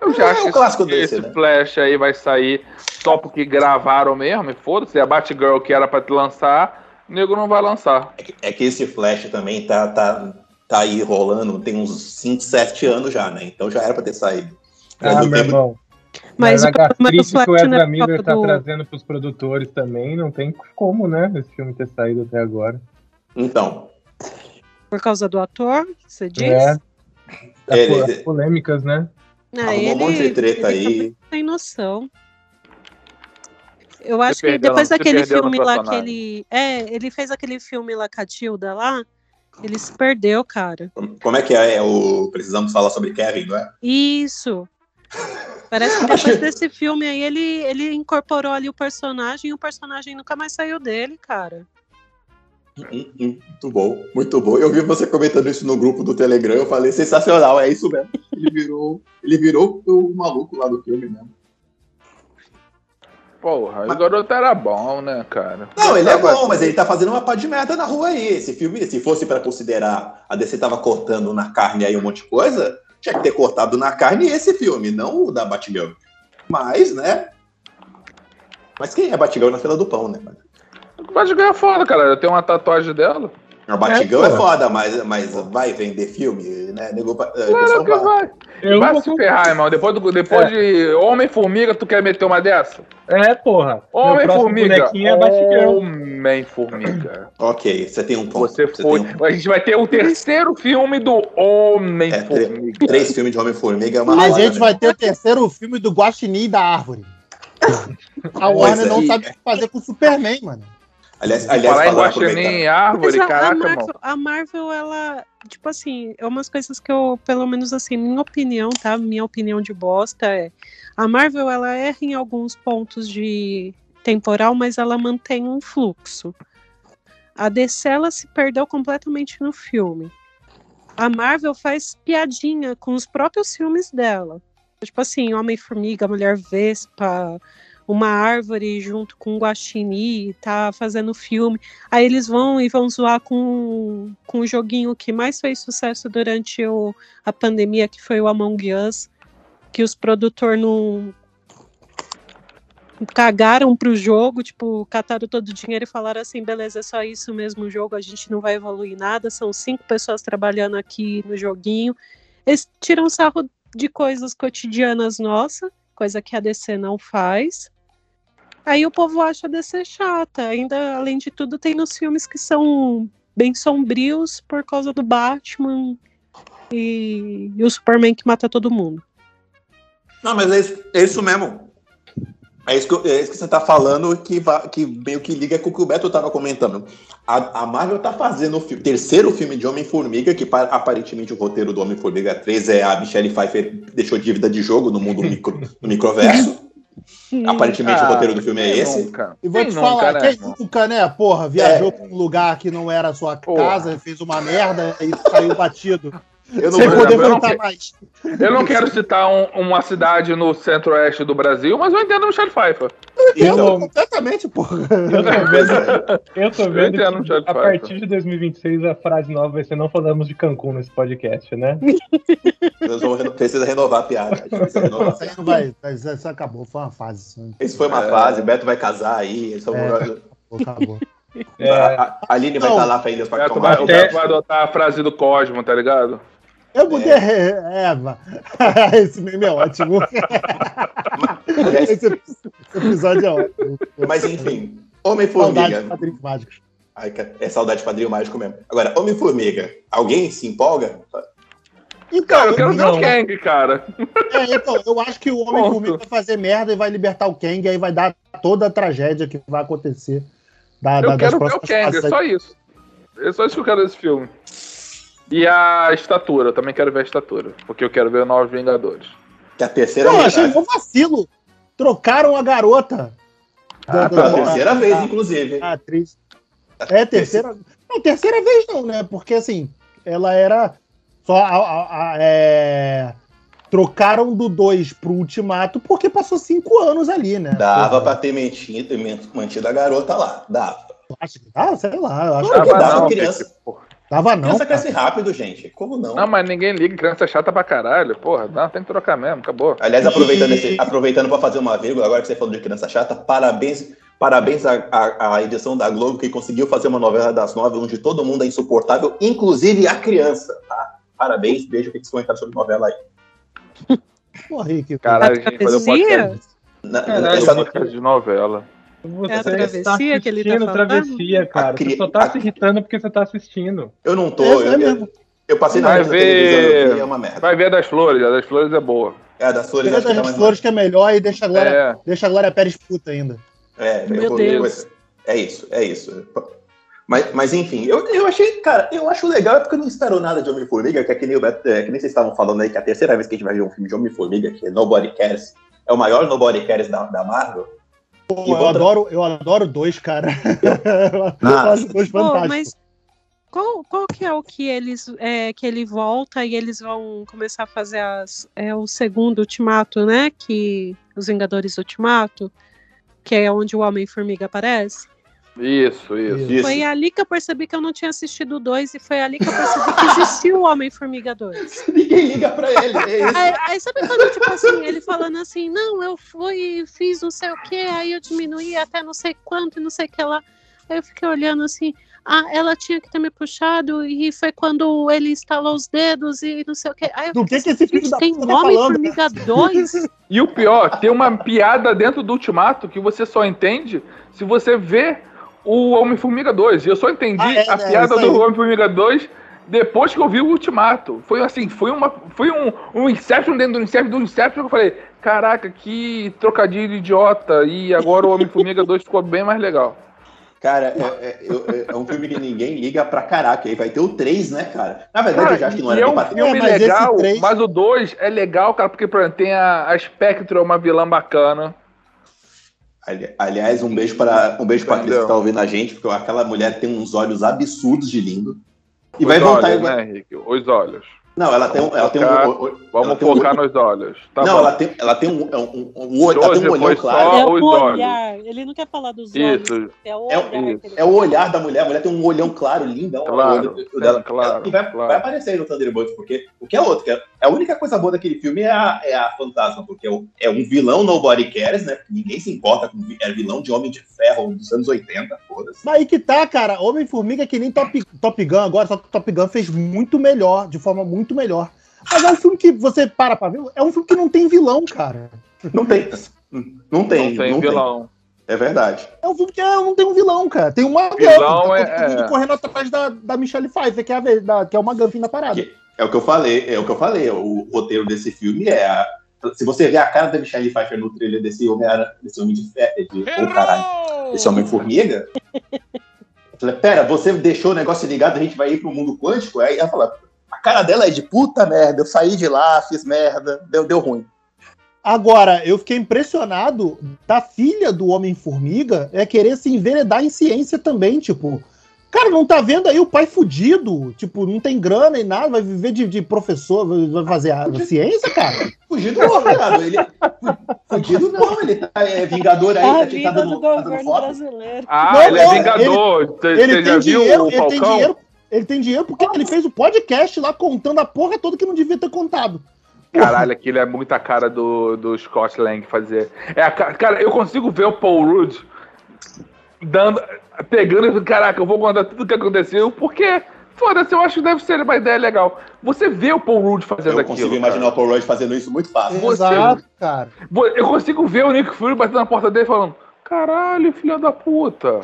S3: Eu já
S1: É
S3: acho
S1: o clássico
S3: que
S1: desse,
S3: esse
S1: né?
S3: Flash aí vai sair só porque gravaram mesmo, e foda-se, é a Batgirl que era pra te lançar, o nego não vai lançar.
S1: É que- É que esse Flash também tá, tá, tá aí rolando, tem uns 5, 7 anos já, né? Então já era pra ter saído. Mas o
S4: Ah, meu
S1: tempo-
S4: irmão.
S6: Mas
S4: a
S6: o problema do
S4: crítica que o
S6: Flash
S4: Ezra
S6: na
S4: Miller
S6: Copa
S4: tá
S6: do.
S4: trazendo pros produtores também, não tem como, né? Esse filme ter saído até agora.
S1: Então,
S6: Por causa do ator, você diz?
S3: um
S4: É. Tá
S1: Ele-
S4: po- as polêmicas, né?
S6: Não,
S1: arrumou um monte de treta aí.
S6: Sem noção. Eu acho que
S3: perdeu no-
S6: depois
S3: se
S6: daquele
S3: perdeu no
S6: filme lá que
S3: personagem.
S6: ele. É, ele fez aquele filme lá Catilda lá. Ele se perdeu, cara.
S1: como- Como é que é, É o. Precisamos falar sobre Kevin, não é?
S6: Isso. Parece que depois desse filme aí ele, ele incorporou ali o personagem e o personagem nunca mais saiu dele, cara.
S1: Hum, hum, Muito bom, muito bom. Eu vi você comentando isso no grupo do Telegram, eu falei, sensacional, é isso mesmo. Ele virou, ele virou o maluco lá do filme mesmo.
S3: Porra,
S1: Mas-
S3: o garoto era bom, né, cara?
S1: Não, ele é
S3: Tava-
S1: bom, mas ele tá fazendo uma pá de merda na rua aí. Esse filme, se fosse pra considerar a DC tava cortando na carne aí um monte de coisa, tinha que ter cortado na carne esse filme, não o da Batgirl. Mas, né? Mas quem é Batgirl na fila do pão, né?
S3: Batgirl é foda, cara. Eu tenho uma tatuagem dela.
S1: A Batgirl
S4: É,
S1: é,
S4: pô.
S1: foda, mas, mas vai vender filme, né? Negou pra, eh,
S3: Claro
S1: pessoal
S3: que
S1: vai.
S3: vai.
S4: Eu
S3: vai
S4: vou
S3: se ferrar, irmão. Depois, do- depois de Homem-Formiga, tu quer meter uma dessa?
S4: É, porra. Meu próximo
S3: Homem-Formiga.
S4: bonequinho é Batgirl.
S3: Homem-Formiga.
S1: Ok, você tem um ponto.
S3: Você foi.
S1: tem um- É,
S3: A gente vai ter o terceiro filme do Homem-Formiga.
S1: Três filmes de Homem-Formiga é uma
S2: A
S1: roda,
S2: gente
S1: né?
S2: vai ter o terceiro filme do Guaxinim e da Árvore. A
S1: Pois
S2: Warner não
S1: aí.
S2: sabe o que fazer com o Superman, mano.
S1: Aliás, aliás
S3: Falar em
S1: falando,
S3: Guaxinim
S1: aproveitar.
S3: em árvore,
S6: Mas a- a,
S3: caraca, irmão.
S6: Marvel, a Marvel, ela, tipo assim, é umas coisas que eu, pelo menos assim, minha opinião, tá? Minha opinião de bosta é. A Marvel, ela erra em alguns pontos de temporal, mas ela mantém um fluxo. A DC, ela se perdeu completamente no filme. A Marvel faz piadinha com os próprios filmes dela. Tipo assim, Homem-Formiga, Mulher Vespa, uma árvore junto com um guaxini, tá fazendo filme. Aí eles vão e vão zoar com, com o joguinho que mais fez sucesso durante o- a pandemia, que foi o Among Us, que os produtores não cagaram pro jogo, tipo, cataram todo o dinheiro e falaram assim, beleza, é só isso mesmo o jogo, a gente não vai evoluir nada, são cinco pessoas trabalhando aqui no joguinho. Eles tiram sarro de coisas cotidianas nossa, coisa que a DC não faz. Aí o povo acha a DC chata. Ainda, além de tudo, tem nos filmes que são bem sombrios por causa do Batman e, e o Superman que mata todo mundo.
S1: Não, mas é isso, é isso mesmo. É isso, que, eu- é isso que você tá falando que, va- que meio que liga com o que o Beto tava comentando. A, a Marvel tá fazendo o fi- terceiro filme de Homem-Formiga, que pa- aparentemente o roteiro do Homem-Formiga 3 é a Michelle Pfeiffer deixou dívida de jogo no mundo micro, no microverso. Aparentemente o roteiro do filme é
S3: Quem
S1: esse.
S3: nunca?
S2: E vou
S3: Quem
S2: te
S3: nunca,
S2: falar,
S3: né,
S2: quem
S3: irmão?
S2: nunca, né, porra, viajou
S1: É.
S2: pra um lugar que não era a sua
S3: Porra.
S2: casa, fez uma merda e saiu batido.
S1: Eu não
S2: Sem
S1: vou-
S2: poder
S3: lembrar, não
S2: voltar
S3: sei.
S2: mais.
S3: Eu não quero citar um- uma cidade no centro-oeste do Brasil, mas eu entendo o Michelle Pfeiffer.
S1: E eu
S4: não-
S1: completamente, porra.
S4: Eu tô vendo, eu tô
S3: Eu
S4: vendo
S3: entendo,
S4: que
S3: Jack
S4: a
S3: Pfeiffer.
S4: partir de 2026 a frase nova vai ser não falamos de Cancún nesse podcast, né?
S1: Nós vamos reno- Precisa renovar a piada. a gente Precisa renovar a
S2: Isso aí
S1: piada.
S2: não vai. Isso isso acabou, foi uma fase. isso
S1: Isso foi uma
S3: É.
S1: fase, o Beto vai casar aí. Isso é um-
S2: Acabou.
S4: É.
S1: a, a Aline vai
S2: Não.
S1: estar lá pra Ilhas pra
S3: Beto
S1: tomar.
S3: vai, o Beto
S1: Até...
S3: vai adotar a frase do Cosmo, tá ligado?
S2: Eu mudei. É, é, va- esse meme é ótimo. Esse episódio é ótimo.
S1: Mas enfim,
S2: Saudade
S1: Homem-Formiga.
S2: de quadrinhos mágicos.
S1: Ai, cara, É saudade de quadril mágico mesmo. Agora, Homem-Formiga, alguém se empolga?
S2: Então,
S3: Cara, eu quero ver
S4: Não.
S3: o Kang, cara.
S2: é, então, eu acho que o Homem-Formiga vai fazer merda e vai libertar o Kang, aí vai dar toda a tragédia que vai acontecer. Da, da-
S3: Eu quero ver o
S2: próximas
S3: Kang, é
S2: fases.
S3: só isso. É só isso que eu quero desse filme. E a estatura, eu também quero ver a estatura. Porque eu quero ver o Novos Vingadores.
S1: Que a terceira
S2: Não, eu
S1: vez.
S2: achei um vacilo. Trocaram a garota.
S3: Ah,
S1: Foi a
S3: tá.
S1: terceira vez,
S2: da-
S1: inclusive.
S2: A atriz. É, terceira. Não, terceira vez não, né? Porque assim, ela era. Só a, a- a- é, Trocaram do 2 pro Ultimato porque passou cinco anos ali, né?
S1: Dava pra ter mentido, men- mantido a garota lá. Dava.
S2: Eu Acho que dava, sei lá. Eu acho
S1: Claro
S2: que
S1: que
S2: dava.
S1: dava.
S3: não,
S1: criança.
S3: Kang, porra.
S2: Dava não.
S1: Criança
S2: cara.
S1: cresce rápido, gente. Como não?
S3: Não, mas ninguém liga, criança é chata pra caralho. Porra, não, tem que trocar mesmo, acabou.
S1: Aliás, aproveitando,
S2: E-
S1: esse, aproveitando para fazer uma vírgula, agora que você falou de criança chata, parabéns, parabéns à, à- à edição da Globo que conseguiu fazer uma novela das nove onde todo mundo é insuportável, inclusive a criança. tá? Parabéns, beijo, o que vocês comentaram sobre novela aí.
S2: Porra, Rick.
S3: Caralho,
S6: A
S3: gente, fazer um podcast
S6: travessia?
S1: Na- na-
S4: Caralho,
S1: essa-
S3: de música de novela.
S4: Você
S6: É a travessia
S4: está
S6: que ele tá
S4: assistindo
S6: falando?
S4: travessia, cara.
S1: cri-
S4: Você só tá
S1: a-
S4: se irritando porque você tá assistindo.
S1: eu não tô,
S2: É,
S1: eu,
S2: é
S1: eu,
S2: mesmo.
S1: eu passei na
S3: Vai
S1: frente da
S3: ver-
S1: televisão, eu vi, é uma merda.
S3: Vai ver a das flores, a das flores é boa.
S1: É, a das flores, acho que tá
S2: Planeta das
S1: mais-
S2: Flores que é melhor e deixa a Glória,
S3: É,
S2: deixa a Glória Pérez puta ainda.
S1: É,
S6: Meu
S1: eu vou-
S6: Deus.
S1: É isso, é isso. Mas, mas enfim, eu, eu achei, cara, eu acho legal é porque eu não espero nada de Homem-Formiga, que, é que, nem o Beto- é, que nem vocês estavam falando aí, que é a terceira vez que a gente vai ver um filme de Homem-Formiga, que é Nobody Cares, é o maior Nobody Cares da, da Marvel.
S2: Pô,
S1: E
S2: eu
S1: outra-
S2: adoro, eu adoro dois, cara.
S1: Ah.
S2: eu acho dois
S6: Pô,
S2: fantásticos.
S6: mas qual, qual que é o que eles é, que ele volta e eles vão começar a fazer as, é, o segundo ultimato, né? Que os Vingadores Ultimato, que é onde o Homem-Formiga aparece.
S3: isso, isso.
S1: Isso.
S6: Foi ali que eu percebi que eu não tinha assistido o dois e foi ali que eu percebi que existia o Homem-Formiga 2.
S1: Ninguém liga pra ele, é isso.
S6: Aí, aí sabe quando, tipo assim, ele falando assim, não, eu fui, fiz não sei o que, aí eu diminuí até não sei quanto, não sei o que lá. Aí eu fiquei olhando assim, ah, ela tinha que ter me puxado, e foi quando ele instalou os dedos e não sei o que. Aí eu
S2: Do que
S6: fiquei
S2: que esse
S6: assim,
S2: filho
S6: gente,
S2: da
S6: tem
S2: puta tá
S6: Homem
S2: falando?
S6: Formiga 2?
S3: E o pior, tem uma piada dentro do Ultimato que você só entende se você vê o Homem-Formiga 2. E eu só entendi
S2: Ah, é,
S3: a
S2: né,
S3: piada
S2: isso aí.
S3: do Homem-Formiga 2 depois que eu vi o Ultimato. Foi assim, foi, uma, foi um, um Inception dentro do Inception do Inception que eu falei, caraca, que trocadilho idiota. E agora o Homem-Formiga 2 ficou bem mais legal.
S1: Cara, é, é- eu- é- é um filme que ninguém liga pra caraca, aí vai ter o 3, né, cara? Na verdade,
S3: Cara,
S1: eu já acho que não
S3: e
S1: era
S3: é
S1: nem
S3: um
S1: pra ter.
S3: filme
S2: É, mas esse
S3: legal,
S2: três-
S3: mas o 2 é legal, cara, porque por exemplo, tem a, a Spectre, é uma vilã bacana.
S1: Ali- Aliás, um beijo para um beijo pra Cris que
S3: Entendeu?
S1: tá ouvindo a gente, porque aquela mulher tem uns olhos absurdos de lindo. E
S3: Os
S1: vai voltar
S3: olhos,
S1: igual-
S3: né, Henrique? Os olhos.
S1: Não, ela tem um. Ela tem um
S3: Focar.
S1: o- o- ela
S3: Vamos
S1: tem um-
S3: focar nos olhos. Tá
S1: não,
S3: bom.
S1: ela tem, ela tem um, um, um, um olho, ela tem
S3: Doze
S1: um olhão
S3: foi
S1: claro.
S3: só. os olhos.
S6: É ele não quer falar dos
S3: Isso,
S6: é o
S1: É o-
S6: olhar que ele
S1: É o olhar da mulher, a mulher tem um olhão claro, lindão.
S3: Claro,
S1: o olho dela.
S3: é, claro,
S1: e vai,
S3: claro.
S1: vai aparecer aí no Thunderbolt, porque o que é outro? que é- a única coisa boa daquele filme é a, é a fantasma, porque é, o- é um vilão nobody cares, né? Ninguém se importa com vi- é vilão de Homem de Ferro dos anos 80, foda-se.
S2: Mas aí que tá, cara. Homem-Formiga é que nem Top, Top Gun agora, só que Top Gun fez muito melhor, de forma muito melhor. Mas é um filme que você para pra ver, é um filme que não tem vilão, cara.
S1: Não tem. Não tem,
S3: não tem vilão.
S1: É verdade.
S2: É um filme que é- não tem um vilão, cara. Tem uma
S3: Vilão
S2: tá
S3: é-
S2: todo mundo
S3: é.
S2: correndo atrás da, da Michelle Pfeiffer, que é, a, ve- da, que é uma Gumpy na parada.
S1: Que- É o que eu falei, é o que eu falei. O roteiro desse filme é a- se você ver a cara da Michelle Pfeiffer no trailer desse homem, desse homem de fé, de oh, caralho, esse homem formiga. eu Falei, pera, você deixou o negócio ligado, a gente vai ir pro mundo quântico? Aí ela fala, a cara dela é de puta merda, eu saí de lá, fiz merda, deu, deu ruim.
S2: Agora, eu fiquei impressionado da filha do Homem-Formiga é querer se enveredar em ciência também, tipo. Cara, não tá vendo aí o pai fudido? Tipo, não tem grana e nada, vai viver de, de professor, vai- vai fazer a ciência, cara?
S1: Fugido não, viado. Ele... Fugido não, ele tá, é vingador aí,
S7: A
S1: tá, tá
S7: vida
S1: dando,
S7: do
S1: tá dando
S7: governo
S1: foto.
S7: brasileiro.
S3: Ah,
S2: Não,
S3: ele é
S2: não,
S3: Vingador. Você
S2: Ele
S3: você
S2: tem
S3: já viu
S2: dinheiro,
S3: o
S2: ele tem
S3: Falcão?
S2: dinheiro. Ele tem dinheiro porque ele fez o podcast lá contando a porra toda que não devia ter contado.
S3: Caralho, aquilo é muita cara do, do Scott Lang fazer. É a ca- cara, eu consigo ver o Paul Rudd dando, pegando e falando, caraca, eu vou contar tudo o que aconteceu, porque, foda-se, eu acho que deve ser uma ideia legal. Você vê o Paul Rudd fazendo
S1: Eu
S3: aquilo.
S1: consigo
S3: cara.
S1: imaginar o Paul Rudd fazendo isso muito fácil.
S3: Você-
S2: Exato, cara.
S3: Vo- Eu consigo ver o Nick Fury batendo na porta dele falando, caralho, filha da puta.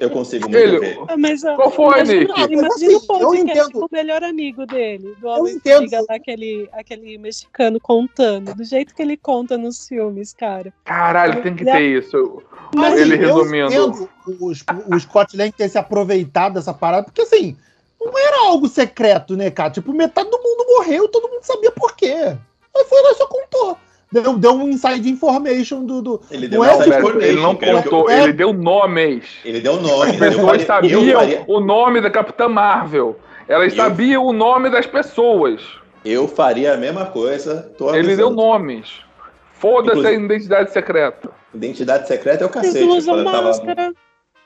S1: Eu consigo muito
S3: Ele,
S1: ver.
S6: Mas, ó,
S3: qual foi,
S6: imagina,
S3: Nick?
S6: imagina
S2: assim,
S6: o podcast
S2: eu
S6: com tipo, o melhor amigo dele, do homem que
S2: entendo.
S6: liga lá, aquele, aquele mexicano contando, do jeito que ele conta nos filmes, cara.
S3: Caralho, tem que ter isso.
S2: Mas
S3: Ele
S2: eu
S3: resumindo.
S2: entendo o, o Scott Lang ter se aproveitado dessa parada, porque assim, não era algo secreto, né, cara? Tipo, metade do mundo morreu, todo mundo sabia por quê. Aí foi lá e só contou. Deu, deu um inside information do. do-
S1: Ele deu
S2: Não
S1: uma
S2: é,
S1: série
S2: tipo,
S1: de
S3: Ele não
S1: coisas, cara, que eu-
S3: contou,
S2: É.
S3: ele deu nomes.
S1: Ele deu nome.
S3: As
S1: né? Eu
S3: pessoas
S1: faria- eu
S3: sabiam
S1: faria-
S3: o nome da Capitã Marvel. Elas
S1: Eu-
S3: sabiam o nome das pessoas.
S1: Eu faria a mesma coisa. Tô
S3: Ele deu
S1: avisando.
S3: nomes. Foda-se a
S1: Inclusive-
S3: identidade secreta.
S1: Identidade secreta é o cacete.
S6: Eles usam
S1: eu tava,
S6: máscara.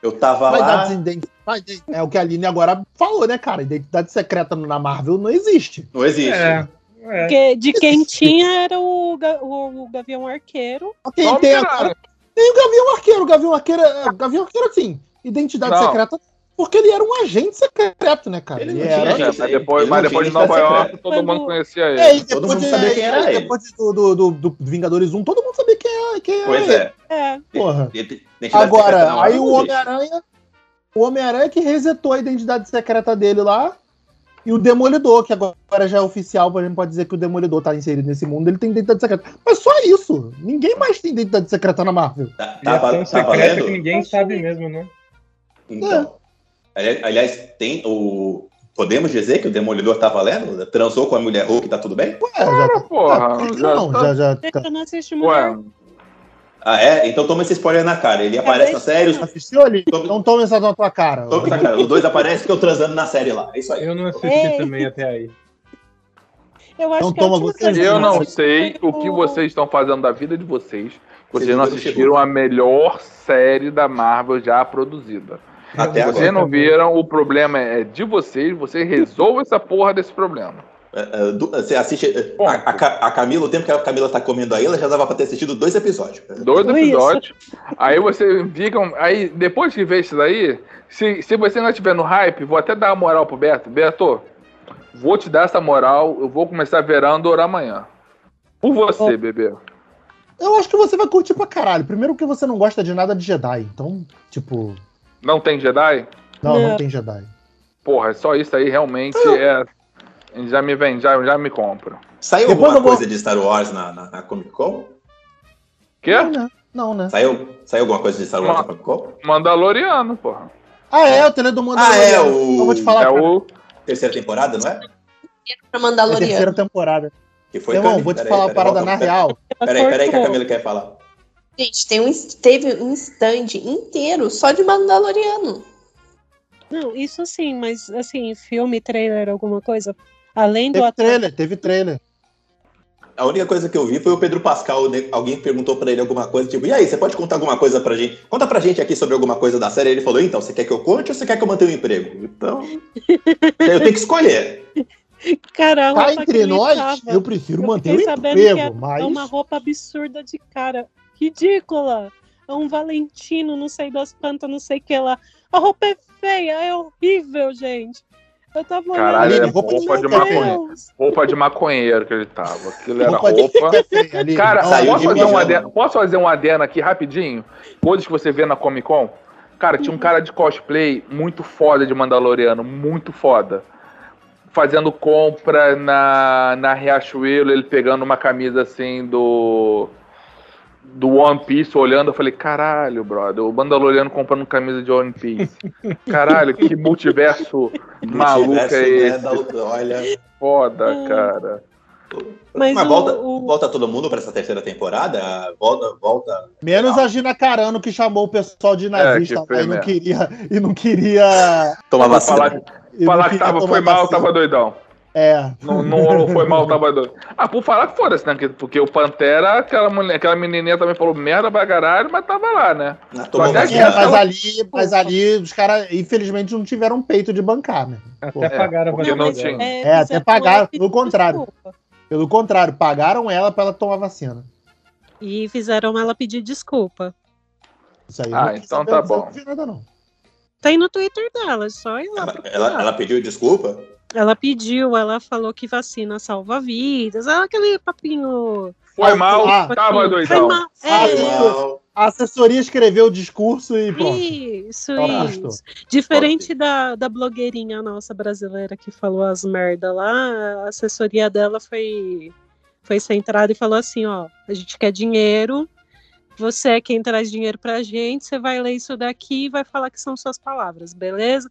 S1: eu tava
S2: Vai dar
S1: lá.
S2: desidenti- vai de- É o que a Aline agora falou, né, cara? Identidade secreta na Marvel não existe.
S1: Não existe.
S4: É. é.
S6: Porque de quem tinha era o, ga- o, o Gavião Arqueiro.
S2: Tem,
S3: Só o
S2: tem
S3: Pirata.
S2: agora- tem o Gavião Arqueiro. O Gavião Arqueiro, é- Gavião Arqueiro assim, identidade
S3: Não.
S2: secreta, porque ele era um agente secreto, né, cara?
S1: Ele
S2: Ele
S1: não
S2: era-
S1: tinha
S3: É,
S1: gente,
S3: mas depois,
S1: ele
S3: mas
S1: não
S3: depois de
S1: tinha
S3: Nova
S1: identidade
S3: York, todo
S6: Quando-
S3: mundo conhecia
S2: É,
S3: ele.
S2: e depois,
S1: mundo
S2: de-
S1: sabia quem era ele.
S2: depois do, do, do, do Vingadores 1, todo mundo sabia quem é. Quem era
S1: Pois
S2: ele,
S1: é.
S6: É,
S2: Porra.
S1: Identidade secreta né, não, é um
S2: Agora, aí
S1: não
S6: um
S2: o
S1: existe.
S2: Homem-Aranha. O Homem-Aranha que resetou a identidade secreta dele lá. E o Demolidor, que agora já é oficial, a gente pode dizer que o Demolidor tá inserido nesse mundo, ele tem identidade secreta. Mas só isso. Ninguém mais tem identidade secreta na Marvel.
S1: Tá,
S4: E é
S1: tá,
S4: tão
S1: tá
S4: secreta
S1: valendo?
S4: que ninguém sabe mesmo, né?
S6: É.
S1: Então. Ali- Aliás, tem o. Podemos dizer que o Demolidor tá valendo? Transou com a mulher Hulk, tá tudo bem?
S2: Ué, já tá.
S3: Porra. já
S2: não,
S3: tá-
S2: já, já tá.
S6: eu não assisti mulher.
S3: Ué,
S1: Ah, é? Então toma esse spoiler na cara.
S6: É
S1: Ele aparece na
S6: bem
S1: série, os...
S2: Assistiu ali?
S1: Tô-
S2: Então toma essa na tua cara.
S1: toma na cara. Os dois aparecem porque eu transando na série lá. É isso aí.
S4: Eu não assisti
S6: Ei.
S4: também até aí.
S6: Eu acho
S2: Então
S6: que é a
S2: toma
S6: última
S2: você,
S6: vez que
S3: eu não
S6: assisti
S3: sei
S6: foi
S3: o que vocês estão fazendo da vida de vocês. Vocês não
S1: Demolidor
S3: assistiram a melhor série da Marvel já produzida.
S1: Até
S3: Se vocês
S1: É agora.
S3: não viram, o problema é de vocês, vocês resolvam essa porra desse problema.
S1: É, é, du- Você assiste. é,
S3: Bom.
S1: A, a Ca- a Camila, o tempo que a Camila tá comendo aí, ela já dava pra ter assistido dois episódios.
S3: Dois
S6: Isso.
S3: episódios. Aí você ficam. Aí, depois que vê isso daí, se, se você não estiver no hype, vou até dar uma moral pro Beto. Beto, vou te dar essa moral. Eu vou começar verando orar amanhã. Por você, bebê.
S2: Eu acho que você vai curtir pra caralho. Primeiro porque você não gosta de nada de Jedi. Então, tipo,
S3: Não tem Jedi?
S2: não, não
S6: Não.
S2: tem Jedi.
S3: Porra, só isso aí realmente é. Já me vem, já, já me compra.
S1: Saiu
S2: Depois eu
S1: alguma
S2: vou-
S1: coisa de Star Wars na, na- na Comic Con?
S3: Quê?
S2: Não, né? Não, né?
S1: Saiu, saiu alguma coisa de Star Wars na Comic Con?
S3: Mandaloriano, porra.
S2: Ah, é, o trailer do Mandalorian.
S1: Ah, é, o-
S2: Eu vou te falar,
S3: É o.
S1: Terceira temporada, não é?
S5: Pra
S2: é a
S5: Mandaloriano.
S2: terceira temporada.
S1: Que foi
S2: Irmão,
S1: Cami?
S2: vou te
S1: Peraí,
S2: falar uma
S1: peraí,
S2: parada
S1: volta-
S2: na real.
S6: ela
S1: Peraí, peraí que a
S6: cortou.
S1: Camila quer falar.
S5: Gente, tem um, est- teve um stand inteiro só de Mandaloriano.
S6: Não, isso sim, mas assim, filme, trailer, alguma coisa. Além do
S2: Teve
S6: ator.
S2: trailer, teve trailer.
S1: A única coisa que eu vi foi o Pedro Pascal. né? Alguém perguntou pra ele alguma coisa, tipo, e aí, você pode contar alguma coisa pra gente? Conta pra gente aqui sobre alguma coisa da série. Ele falou, então, você quer que eu conte ou você quer que eu mantenha o emprego? Então, eu tenho que escolher.
S6: Cara, a
S2: Tá
S6: roupa que
S2: entre
S6: ele
S2: nós,
S6: tava,
S2: eu prefiro
S6: Eu
S2: manter o
S6: fiquei sabendo que é-
S2: emprego,
S6: É
S2: mas.
S6: uma roupa absurda de cara. Ridícula! É um Valentino, não sei das plantas, não sei o que lá. A roupa é feia, é horrível, gente. Eu tava olhando.
S3: Caralho,
S2: é
S6: meu
S2: roupa de
S6: Deus.
S3: maconha. Roupa de maconheiro que ele tava. Aquilo era
S2: Roupa de-
S3: roupa.
S2: Feia, Aline.
S3: Cara,
S2: Não,
S1: saiu
S3: posso,
S1: de
S3: fazer um
S1: pijama.
S3: adeno, posso fazer um adeno aqui rapidinho? Coisas que você vê na Comic Con? Cara, tinha um cara de cosplay muito foda de Mandaloriano, muito foda. Fazendo compra na, na Riachuelo, ele pegando uma camisa assim do. Do One Piece olhando, eu falei, caralho, brother, o Mandaloriano comprando camisa de One Piece. Caralho, que multiverso maluco é
S1: Multiverso, né,
S3: esse?
S1: da- olha,
S3: Foda,
S6: Hum.
S3: cara.
S6: Mas,
S1: Mas
S6: o-
S1: volta,
S6: o-
S1: volta todo mundo pra essa terceira temporada? Volta, volta.
S2: Menos a Gina Carano, que chamou o pessoal de nazista
S3: É, que foi
S2: lá e não
S3: mesmo.
S2: queria. E não queria.
S1: Tomar
S3: Falar,
S1: vacina.
S2: e não
S3: falar que
S2: queria
S3: tava,
S2: tomar
S3: foi mal,
S2: vacina.
S3: tava doidão.
S2: É.
S3: Não, não foi mal, tava doidão. Ah, por falar que foda-se, né? que- Porque o Pantera, aquela, mulher, aquela menininha também falou merda pra caralho, mas tava lá, né?
S1: Ah, tomou
S3: Só que
S2: É,
S1: vacina.
S2: mas ali, mas ali os caras, infelizmente, não tiveram um peito de bancar, né? Pô,
S4: Até pagaram a
S3: porque
S4: vacina
S3: não
S4: dela.
S3: tinha.
S2: É, até
S6: fizeram
S2: pagaram,
S6: ela pedir
S2: no contrário.
S6: desculpa.
S2: Pelo contrário, pagaram ela pra ela tomar vacina.
S6: E fizeram ela pedir desculpa.
S2: Isso aí. eu
S3: Ah,
S2: não quis
S3: então
S2: saber,
S3: tá
S2: não sei
S3: bom.
S2: de Nada, não.
S6: Tem Tá no Twitter dela, é só ir lá.
S3: tá?
S6: procurar.
S1: Ela, ela pediu desculpa?
S6: Ela pediu, ela falou que vacina salva vidas, ah, aquele papinho.
S3: Foi mal,
S2: Ah,
S3: tava doidão.
S6: Foi mal,
S2: Ah,
S6: é,
S1: Não.
S2: A assessoria escreveu o discurso e pronto.
S6: Isso,
S2: Pronto.
S6: isso. Diferente da, da blogueirinha nossa brasileira que falou as merda lá, a assessoria dela foi, foi centrada e falou assim: ó, a gente quer dinheiro, você é quem traz dinheiro pra gente, você vai ler isso daqui e vai falar que são suas palavras, beleza?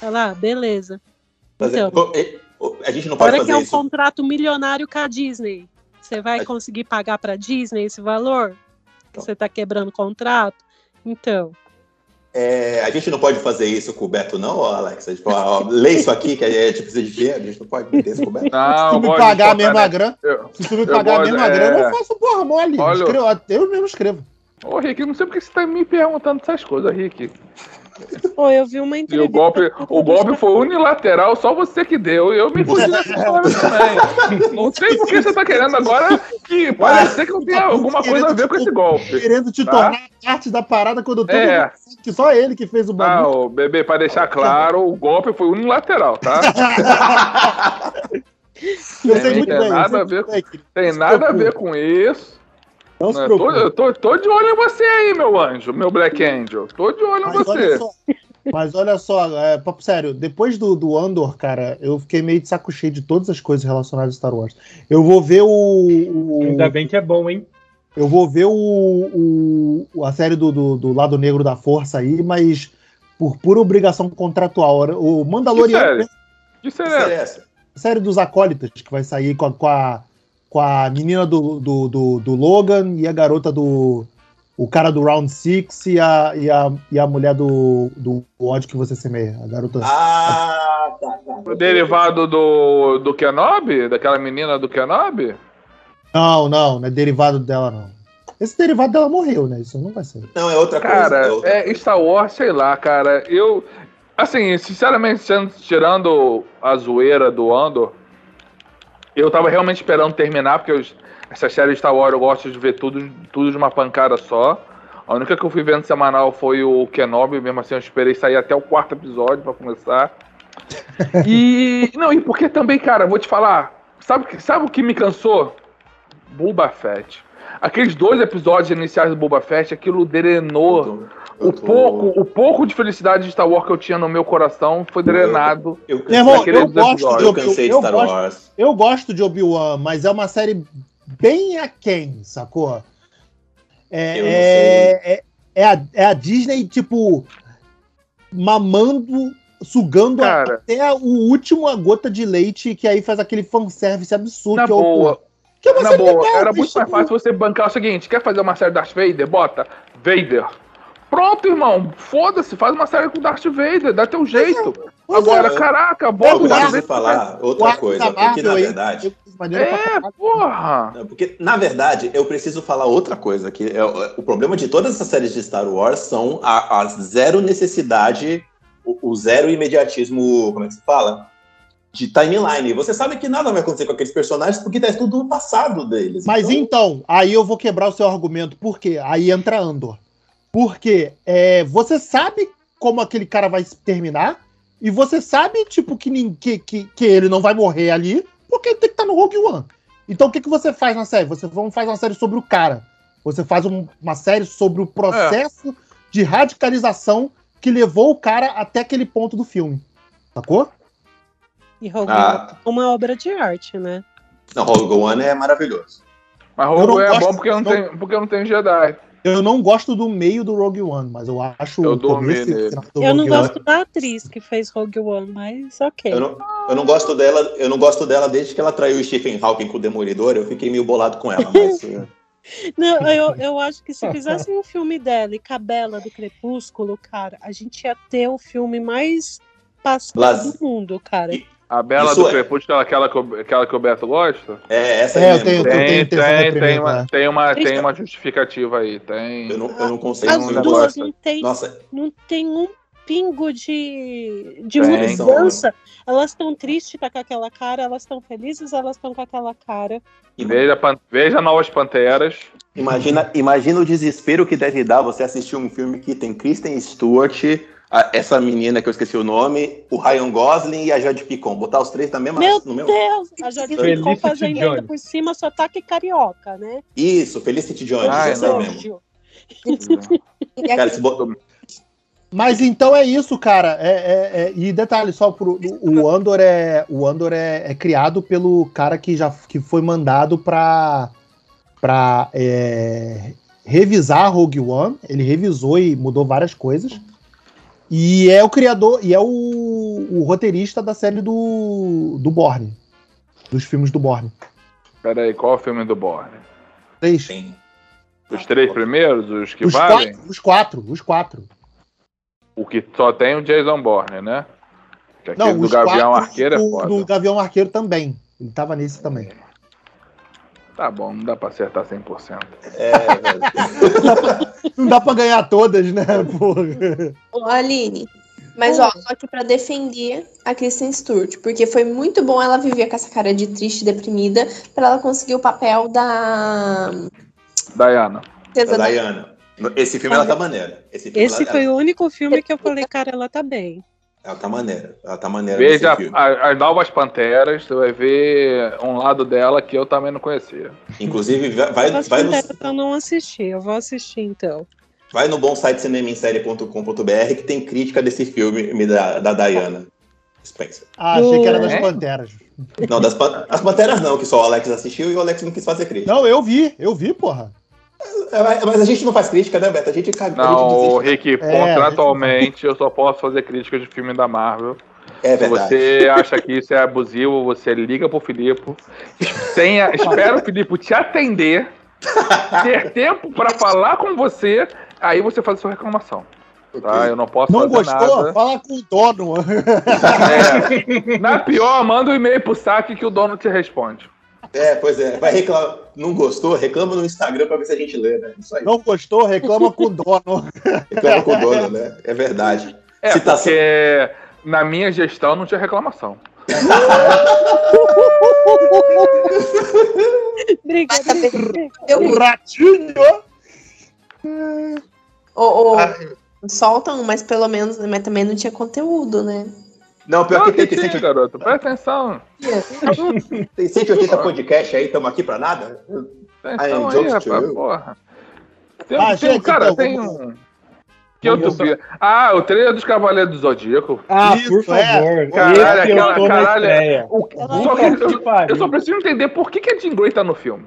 S6: Ela, ah, beleza.
S1: Mas é-
S6: Então,
S1: o- e- o- a gente não pode
S6: Agora que
S1: fazer
S6: é um
S1: isso.
S6: contrato milionário com a Disney, você vai conseguir pagar pra Disney esse valor? Que você tá quebrando o contrato? Então.
S1: É, a gente não pode fazer isso com o Beto, não, ó, Alex? Tipo, ó, ó, lê isso aqui que a gente precisa de ver. A gente não pode meter isso com o Beto.
S2: Se
S3: Não,
S2: tu me
S3: gosto de
S2: pagar a
S3: cortar,
S2: mesma
S3: né?
S2: grana,
S3: Eu-
S2: se tu me
S3: Eu
S2: pagar a
S3: gosto,
S2: mesma
S3: é.
S2: grana, eu faço porra mole.
S3: Olha-
S2: Escrevo- eu mesmo escrevo.
S3: Ô, Rick, não sei por que você tá me perguntando essas coisas, Rick.
S6: Pô, eu vi uma
S3: E
S6: entrevista.
S3: o golpe, o golpe foi unilateral, só você que deu. Eu me fudi nessa história também. Não sei por que você tá querendo agora que parecer que eu tenho alguma coisa a ver com esse golpe.
S2: Querendo te
S3: Tá.
S2: tornar parte da parada quando todo
S3: É.
S2: mundo sabe que só ele que fez o bagulho.
S3: Não, bebê, pra deixar claro, o golpe foi unilateral, tá? Ah,
S2: Eu
S3: Tem
S2: sei muito bem.
S3: nada a
S2: eu sei
S3: ver
S2: muito bem, querido.
S3: Tem nada a ver com isso.
S2: Não
S3: né?
S2: se
S3: Tô,
S2: preocupe.
S3: eu tô, tô de olho em você aí, meu anjo, meu Black Angel. Tô de olho em
S2: Mas olha
S3: você.
S2: só, mas olha só, é, papo sério, depois do, do Andor, cara, eu fiquei meio de saco cheio de todas as coisas relacionadas a Star Wars. Eu vou ver o. o-
S4: Ainda bem que é bom, hein?
S2: eu vou ver o, o- a série do, do, do Lado Negro da Força aí, mas por pura obrigação contratual. O
S3: Que
S2: Mandaloriano,
S3: série?
S2: né?
S3: Isso
S1: Isso
S3: é.
S1: é essa.
S2: a série dos Acólitas, que vai sair com a, com a, com a menina do, do, do, do Logan e a garota do. O cara do Round Six e a, e a, e a mulher do, do ódio que você semeia. A garota.
S1: Ah, tá, tá.
S3: Derivado do, do Kenobi? Daquela menina do Kenobi?
S2: Não, não, não é derivado dela, não. Esse derivado dela morreu, né? Isso não vai ser.
S1: Não, é outra coisa.
S3: Cara,
S1: outra
S3: é
S1: coisa.
S3: Star Wars, sei lá, cara. Eu, assim, sinceramente, sendo- tirando a zoeira do Andor, eu tava realmente esperando terminar, porque eu, essa série Star Wars eu gosto de ver tudo, tudo de uma pancada só. A única que eu fui vendo semanal foi o Kenobi, mesmo assim eu esperei sair até o quarto episódio pra começar. E. Não, e porque também, cara, vou te falar. Sabe, o que- sabe o que me cansou? Boba Fett. Aqueles dois episódios iniciais do Boba Fett, aquilo
S1: Eu
S3: drenou
S1: tô- eu
S3: o
S1: tô-
S3: pouco, o pouco de felicidade de Star Wars que eu tinha no meu coração foi drenado.
S1: Eu,
S2: Meu irmão,
S3: Daquele
S2: eu gosto,
S3: episódio,
S2: de
S1: eu
S2: Obi-
S1: cansei de
S2: eu
S1: Star
S2: gosto-
S1: Wars.
S2: eu gosto de Obi-Wan, mas é uma série bem aquém, sacou? É,
S1: Eu não
S2: é, é, é a, é a Disney, tipo, mamando, sugando
S3: Cara.
S2: até o último a gota de leite, que aí faz aquele fanservice absurdo.
S3: Na
S2: que é o-
S3: boa,
S2: que é uma
S3: na
S2: série
S3: boa.
S2: legal,
S3: Era
S2: mas,
S3: muito mais
S2: tipo,
S3: fácil você bancar o seguinte: quer fazer uma série Darth Vader? Bota Vader. Pronto, irmão. Foda-se, faz uma série com Darth Vader, dá teu jeito.
S2: pois é,
S3: Agora,
S1: é.
S3: caraca,
S1: Eu
S3: bota o Darth
S2: Eduardo-
S1: preciso
S3: Vader.
S1: falar
S2: o
S1: outra
S2: arco da
S1: coisa, porque
S2: Marvel
S1: na
S2: aí,
S1: verdade.
S2: de maneira pra
S3: É,
S2: caralho.
S3: porra.
S1: Não, porque, na verdade, eu preciso falar outra coisa, que é, o- o problema de todas essas séries de Star Wars são a, a zero necessidade, o, o zero imediatismo, como é que se fala? De timeline. Você sabe que nada vai acontecer com aqueles personagens porque tá tudo no passado deles.
S2: Mas
S1: Então,
S2: então, aí eu vou quebrar o seu argumento, por quê? Aí entra Andor. Porque é, você sabe como aquele cara vai se terminar, e você sabe, tipo, que, nin- que, que, que ele não vai morrer ali, porque ele tem que estar no Rogue One. Então o que, que você faz na série? Você não faz uma série sobre o cara. Você faz um- uma série sobre o processo de radicalização que levou o cara até aquele ponto do filme. Sacou?
S6: E Rogue
S2: então-
S1: Ah.
S6: One é uma obra de arte, né?
S1: Não, Rogue One é maravilhoso.
S3: Mas
S2: Eu não
S3: Rogue é
S2: gosto-
S3: bom porque eu não,
S2: não-
S3: tenho, porque eu não tenho Jedi.
S2: Eu não gosto do meio do Rogue One, mas eu acho
S3: Eu
S2: o
S3: dormi
S2: começo e o
S3: nele.
S2: final do
S6: eu não
S2: Rogue One-
S6: gosto da atriz que fez Rogue One, mas ok.
S1: Eu não, Eu não gosto dela, eu não gosto dela desde que ela traiu o Stephen Hawking com o Demolidor, eu fiquei meio bolado com ela, mas eh,
S6: Não, eu, eu acho que se fizessem um filme dela e Cabela do Crepúsculo, cara, a gente ia ter o filme mais passado
S1: Las-
S6: do mundo, cara.
S1: E-
S3: A Bela
S1: Isso
S3: do
S1: é.
S3: Crepúsculo, aquela que, o- aquela que o Beto gosta?
S1: é essa
S2: É, eu
S1: mesmo.
S2: tenho-
S3: Tem, tem,
S2: intenção
S3: tem,
S2: reprimida,
S3: uma,
S2: né?
S3: tem, uma, tem
S6: Eles-
S3: uma justificativa aí, tem.
S1: Eu não, eu não consigo.
S6: As
S3: um
S1: não-
S6: duas
S3: negócio.
S6: não tem,
S1: Nossa,
S6: não tem um pingo de, de
S3: Tem.
S6: mudança. Elas estão tristes tá com aquela cara, elas estão felizes, elas estão com aquela cara.
S3: Veja, Pan- veja Novas Panteras.
S1: Imagina, imagina o desespero que deve dar você assistir um filme que tem Kristen Stewart, a- essa menina que eu esqueci o nome, o Ryan Gosling e a Jade Picon. Botar os três na mesma.
S6: Meu
S1: no mesmo...
S6: Deus, a Jodie
S1: Felicity
S6: ficou fazendo ainda
S4: Jones.
S6: por cima sotaque carioca, né?
S1: Isso, Felicity Jones,
S3: Ah,
S1: essa aí
S3: não.
S1: é mesmo.
S6: Nojo.
S5: E
S1: Cara,
S5: aqui,
S1: se bo-
S2: Mas então é isso, cara. É, é- é- E detalhe só pro o Andor é o Andor é, é criado pelo cara que já que foi mandado pra para revisar Rogue One. Ele revisou e mudou várias coisas. E é o criador e é o, o roteirista da série do do Borne, dos filmes do Borne.
S3: Pera aí, qual é o filme do Borne?
S2: Três.
S1: Sim.
S3: Os três primeiros, os que
S2: os,
S3: valem?
S2: quatro, os quatro, os quatro.
S3: O que só tem é o Jason Bourne, né? Que aquele
S2: Não,
S3: do
S2: os
S3: Gavião
S2: quatro
S3: Arqueiro
S2: do,
S3: é foda.
S2: do Gavião Arqueiro também. Ele tava nesse também.
S3: Tá bom, não dá pra acertar 100%.
S1: É, velho.
S2: Não dá pra ganhar todas, né? Porra.
S5: Ô, Aline. Mas, ó, só que pra defender a Kristen Stewart, porque foi muito bom ela viver com essa cara de triste, deprimida, pra ela conseguir o papel da
S3: Diana.
S5: princesa
S1: da
S5: da
S1: Diana. Esse filme ela tá maneira. Esse filme
S6: Esse
S1: ela,
S6: foi o único filme que eu falei, cara, ela tá bem.
S1: ela tá maneira. Ela tá maneira
S3: Veja
S1: nesse filme.
S3: a- as Novas Panteras, você vai ver um lado dela que eu também não conhecia.
S1: Inclusive, vai, vai,
S6: Mas
S1: vai, no,
S6: Pantera então eu não assisti, eu vou assistir então.
S1: vai no bom site cinemainsérie.com.br que tem crítica desse filme da, da Diana Spencer.
S2: Ah, achei que era
S3: É?
S2: das Panteras.
S1: Não, das pan- as Panteras não, que só o Alex assistiu e o Alex não quis fazer crítica.
S2: Não, eu vi, eu vi, porra.
S1: É, mas- Mas a gente não faz crítica, né, Beto? A gente
S2: É,
S1: caga.
S3: Não,
S1: a gente desiste.
S3: Rick, contratualmente eu só posso fazer críticas de filme da Marvel.
S1: É
S3: Se
S1: verdade.
S3: você acha que isso é abusivo, você liga pro Filipe. Tenha, espera o Filipe te atender, ter tempo pra falar com você, aí você faz a sua reclamação. Tá? Eu não posso
S2: Não
S3: fazer
S2: gostou?
S3: nada.
S2: Fala com o dono.
S3: É. Na pior, manda um e-mail pro saque que o dono te responde.
S1: É, pois é. Vai reclamar. Não gostou? Reclama no Instagram pra ver se a gente lê, né? Isso aí.
S2: Não gostou? Reclama com o dono.
S1: Reclama com o dono, né? É verdade. tá
S3: É,
S1: Citação.
S3: porque na minha gestão não tinha reclamação.
S6: Obrigada.
S5: Vai tá saber. Deu
S2: O
S5: ruim.
S2: É um ratinho.
S5: Ô, ô, soltam, mas pelo menos, né, mas também não tinha conteúdo, né?
S1: Não, pior
S3: Não,
S1: que tem,
S3: que
S1: tem,
S3: tinha,
S1: 180
S3: garoto. Presta atenção.
S1: tem 180 podcast aí, estamos aqui pra nada.
S3: Presta
S1: Aí,
S3: atenção aí,
S1: jokes to
S3: rapaz,
S1: you.
S3: porra. Tem,
S2: Ah,
S3: tem um
S2: gente,
S3: cara,
S2: então,
S3: tem
S2: vamos-
S3: um... Que outro bi- Ah, o trailer dos Cavaleiros do Zodíaco.
S4: Ah,
S2: Isso,
S4: por
S2: é.
S4: favor.
S3: Caralho,
S4: Esse eu
S3: aquela-
S4: tô na
S3: caralho.
S4: estreia.
S3: O-
S6: Ela-
S3: Só que
S4: Puta
S3: eu,
S4: que pariu.
S3: eu só preciso entender por que, que a Jean Grey tá no filme.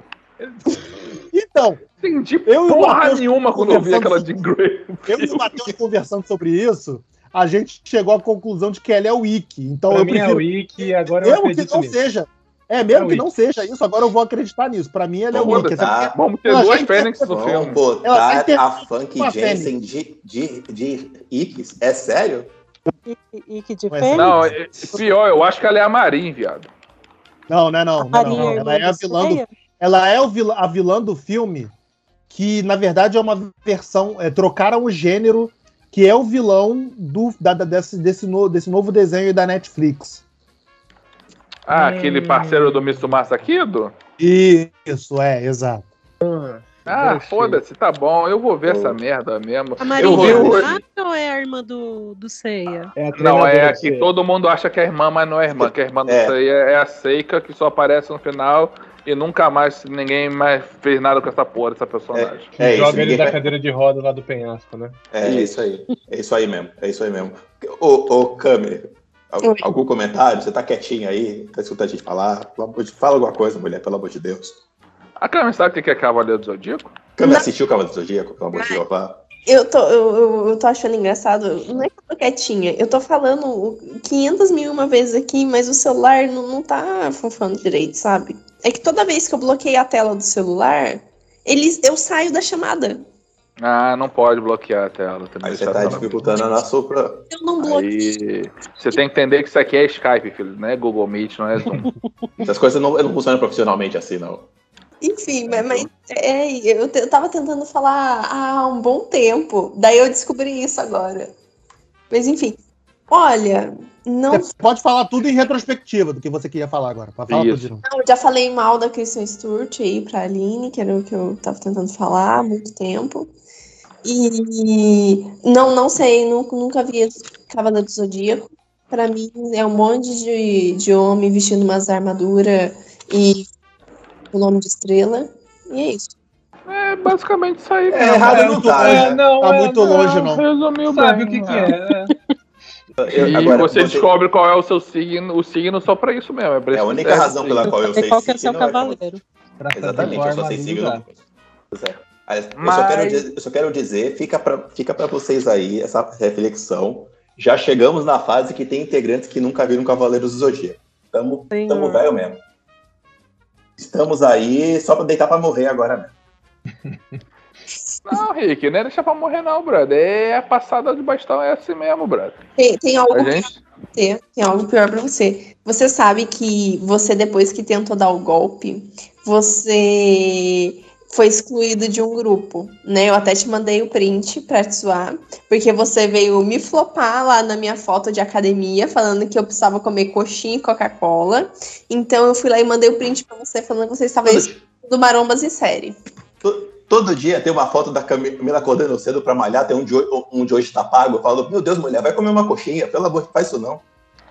S2: Então,
S3: Entendi
S2: Eu e o
S3: porra
S2: Matheus
S3: nenhuma quando eu vi
S2: conversando
S3: aquela
S2: sobre-
S3: Jean Grey.
S2: eu e o Matheus conversando sobre isso, a gente chegou à conclusão de que ela é o Wiki. Então
S4: Pra
S2: eu
S4: mim é
S2: prefiro.
S4: Wiki, agora eu
S2: mesmo que
S4: acredito
S2: não
S4: nisso.
S2: seja. É, mesmo
S4: É o
S2: que
S4: Wiki.
S2: não seja isso, agora eu vou acreditar nisso. Pra mim, ela é o
S3: Vamos
S2: Wiki. Essa
S1: botar.
S3: Vamos ter
S2: Não,
S3: duas
S2: gente,
S3: Fênix no
S1: Vão
S3: é filme.
S2: Ela vai
S1: botar
S2: ter
S1: tá a Funk
S2: uma
S1: Jensen de, de, de Icks? É sério?
S6: E que de
S2: Mas
S6: Fênix?
S3: Não, é- pior, eu acho que ela é a Marin, viado.
S2: Não, não é não. não, é não.
S6: Maria
S2: Ela é a vilã do
S6: Irlandeia?
S2: Ela é o vil- a vilã do filme, que na verdade é uma versão. é, trocaram o gênero, que é o vilão do, da- da- desse, desse, no- desse novo desenho da Netflix.
S3: Ah,
S4: Hum.
S3: aquele parceiro do Mitsumasa Kido?
S2: Isso, é, exato.
S3: Ah,
S4: Gostei.
S3: foda-se, tá bom, eu vou ver
S1: Pô.
S3: essa merda mesmo. Eu
S6: A
S3: vi
S6: Maria
S1: vou- Ah,
S3: hoje.
S6: Irlandeia ou é a irmã do, do Seiya?
S3: Não,
S4: É a
S3: é
S4: treinadora
S3: a que
S4: dele.
S3: todo mundo acha que é irmã, mas não é irmã. Que a irmã
S1: É.
S3: disso aí é é a Seika que só aparece no final e nunca mais ninguém mais fez nada com essa porra, essa personagem.
S4: Que
S1: É isso,
S4: joga ele
S1: ninguém
S4: da
S1: vai-
S4: cadeira de roda lá do penhasco, né?
S1: É isso aí. É isso aí mesmo. É isso aí mesmo. Ô, ô Câmera, al-
S5: Oi.
S1: algum comentário? Você tá quietinho aí? Tá escutando a gente falar? Pelo amor de- Fala alguma coisa, mulher, pelo amor de Deus.
S3: A Carmen sabe o que que é Cavaleiro do Zodíaco?
S1: Câmera assistiu o Cavaleiro do Zodíaco, pelo amor de Deus. vá.
S5: Eu tô, eu, eu- eu tô achando engraçado. Não é que eu tô quietinha. Eu tô falando 500 mil uma vez aqui, mas o celular não, não tá funcionando direito, sabe? É que toda vez que eu bloqueio a tela do celular, eles, eu saio da chamada.
S3: Ah, não pode bloquear a tela. Também
S1: Aí você tá dificultando a nossa pra...
S5: Eu não bloqueio.
S3: Aí, você tem que entender que isso aqui é Skype, filho. Não é Google Meet, não é Zoom.
S1: Essas coisas não, não funcionam profissionalmente assim, não.
S5: Enfim, mas, mas é, eu, te- eu tava tentando falar há um bom tempo. Daí eu descobri isso agora. Mas enfim. Olha, não,
S2: Você pode falar tudo em retrospectiva do que você queria falar agora. Pode falar
S3: Isso.
S2: tudo de novo.
S5: não, eu já falei mal da Kristen Stewart aí pra Aline, que era o que eu tava tentando falar há muito tempo. E não, não sei, nunca, nunca vi Cavaleiro do Zodíaco. Pra mim é um monte de, de homem vestindo umas armaduras e o nome de estrela. E é isso.
S3: É basicamente isso aí.
S1: É
S3: mesmo.
S1: errado
S4: é,
S1: não
S2: muito-
S1: tá,
S4: É,
S1: né?
S4: não,
S2: Tá
S4: é,
S2: muito longe, não.
S3: Resumiu
S4: Sabe
S3: bem,
S4: o que, que
S3: né?
S4: é? é.
S1: Eu-
S3: E
S1: agora,
S3: você
S1: você-
S3: descobre qual é o seu signo, o signo só pra isso mesmo. É, pra
S1: É a
S3: isso
S1: única
S3: que serve.
S1: razão pela qual eu sei
S6: E qual que é
S1: signo
S6: seu
S1: é como-
S6: cavaleiro?
S4: Pra saber
S1: Exatamente,
S4: qual
S1: eu só sei
S4: armadura
S1: signo.
S4: usar.
S1: não- Pois é. Aliás, eu, só
S3: Mas-
S1: quero, dizer- eu só quero dizer, fica pra, fica pra vocês aí essa reflexão. Já chegamos na fase que tem integrantes que nunca viram Cavaleiros do Zodíaco. Tamo,
S6: Senhor.
S1: tamo velho mesmo. Estamos aí só pra deitar pra morrer agora mesmo.
S3: Não, Rick, não é deixar pra morrer, não, brother. É a passada de bastão, é assim mesmo, brother.
S5: Tem, tem algo
S3: A
S5: que
S3: gente.
S5: você, tem algo pior pra você. Você sabe que você, depois que tentou dar o golpe, você foi excluído de um grupo, né? Eu até te mandei o print pra te zoar, porque você veio me flopar lá na minha foto de academia, falando que eu precisava comer coxinha e Coca-Cola. Então eu fui lá e mandei o print pra você, falando que você estava
S1: Todo,
S5: excluído do Marombas em série.
S1: todo dia tem uma foto da Camila acordando cedo pra malhar, tem um de, ho- um de hoje tá pago. Eu falo, meu Deus, mulher, vai comer uma coxinha, pelo amor de faz isso não.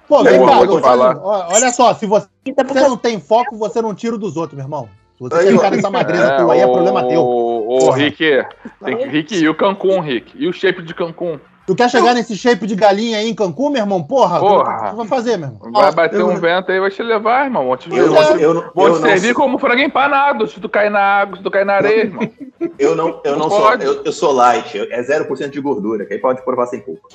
S2: Pô, vem
S1: Eu
S2: cá,
S1: vou
S2: Gonçalo,
S3: falar.
S2: ó, olha só, se você
S5: E tá por
S2: você
S5: causa
S2: não tem foco, você não tira dos outros, meu irmão. Se você
S1: Aí,
S2: quer
S1: ó.
S2: ficar nessa magreza tua aí, é problema
S3: ô,
S2: teu.
S3: Ô,
S2: Porra.
S3: Rick, tem que, Rick, e o Cancún, Rick? E o shape de Cancún?
S2: Tu quer chegar nesse shape de galinha aí em Cancún, meu irmão? Porra!
S3: Porra.
S2: O que tu vai fazer, meu irmão?
S3: Vai bater
S1: eu-
S3: um vento aí, vai te levar, irmão. Vão te,
S1: Eu,
S3: vão
S1: não-
S3: te-
S1: eu, não-
S3: vão te
S1: eu não
S3: servir como frango empanado se tu cair na água, se tu cair na areia, irmão.
S1: Eu não, eu não
S3: Não
S1: sou,
S3: pode.
S1: eu, eu sou light, eu- é 0% de gordura, que aí pode provar sem culpa.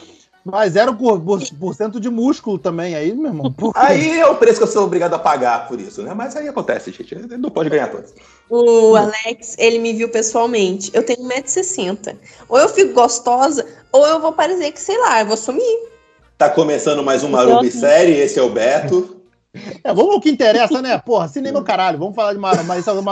S2: Mas 0% de músculo também aí, meu irmão. Porra.
S1: Aí é o preço que eu sou obrigado a pagar por isso, né? Mas aí acontece, gente, ele não pode ganhar todos.
S5: O Alex, ele me viu pessoalmente. Eu tenho 1,60m. Ou eu fico gostosa, ou eu vou parecer que, sei lá, eu vou sumir.
S1: Tá começando mais uma Marumbi série, esse é o Beto.
S2: É, vamos ao que interessa, né? Porra, cinema é o caralho. Vamos falar de mar... mas isso é uma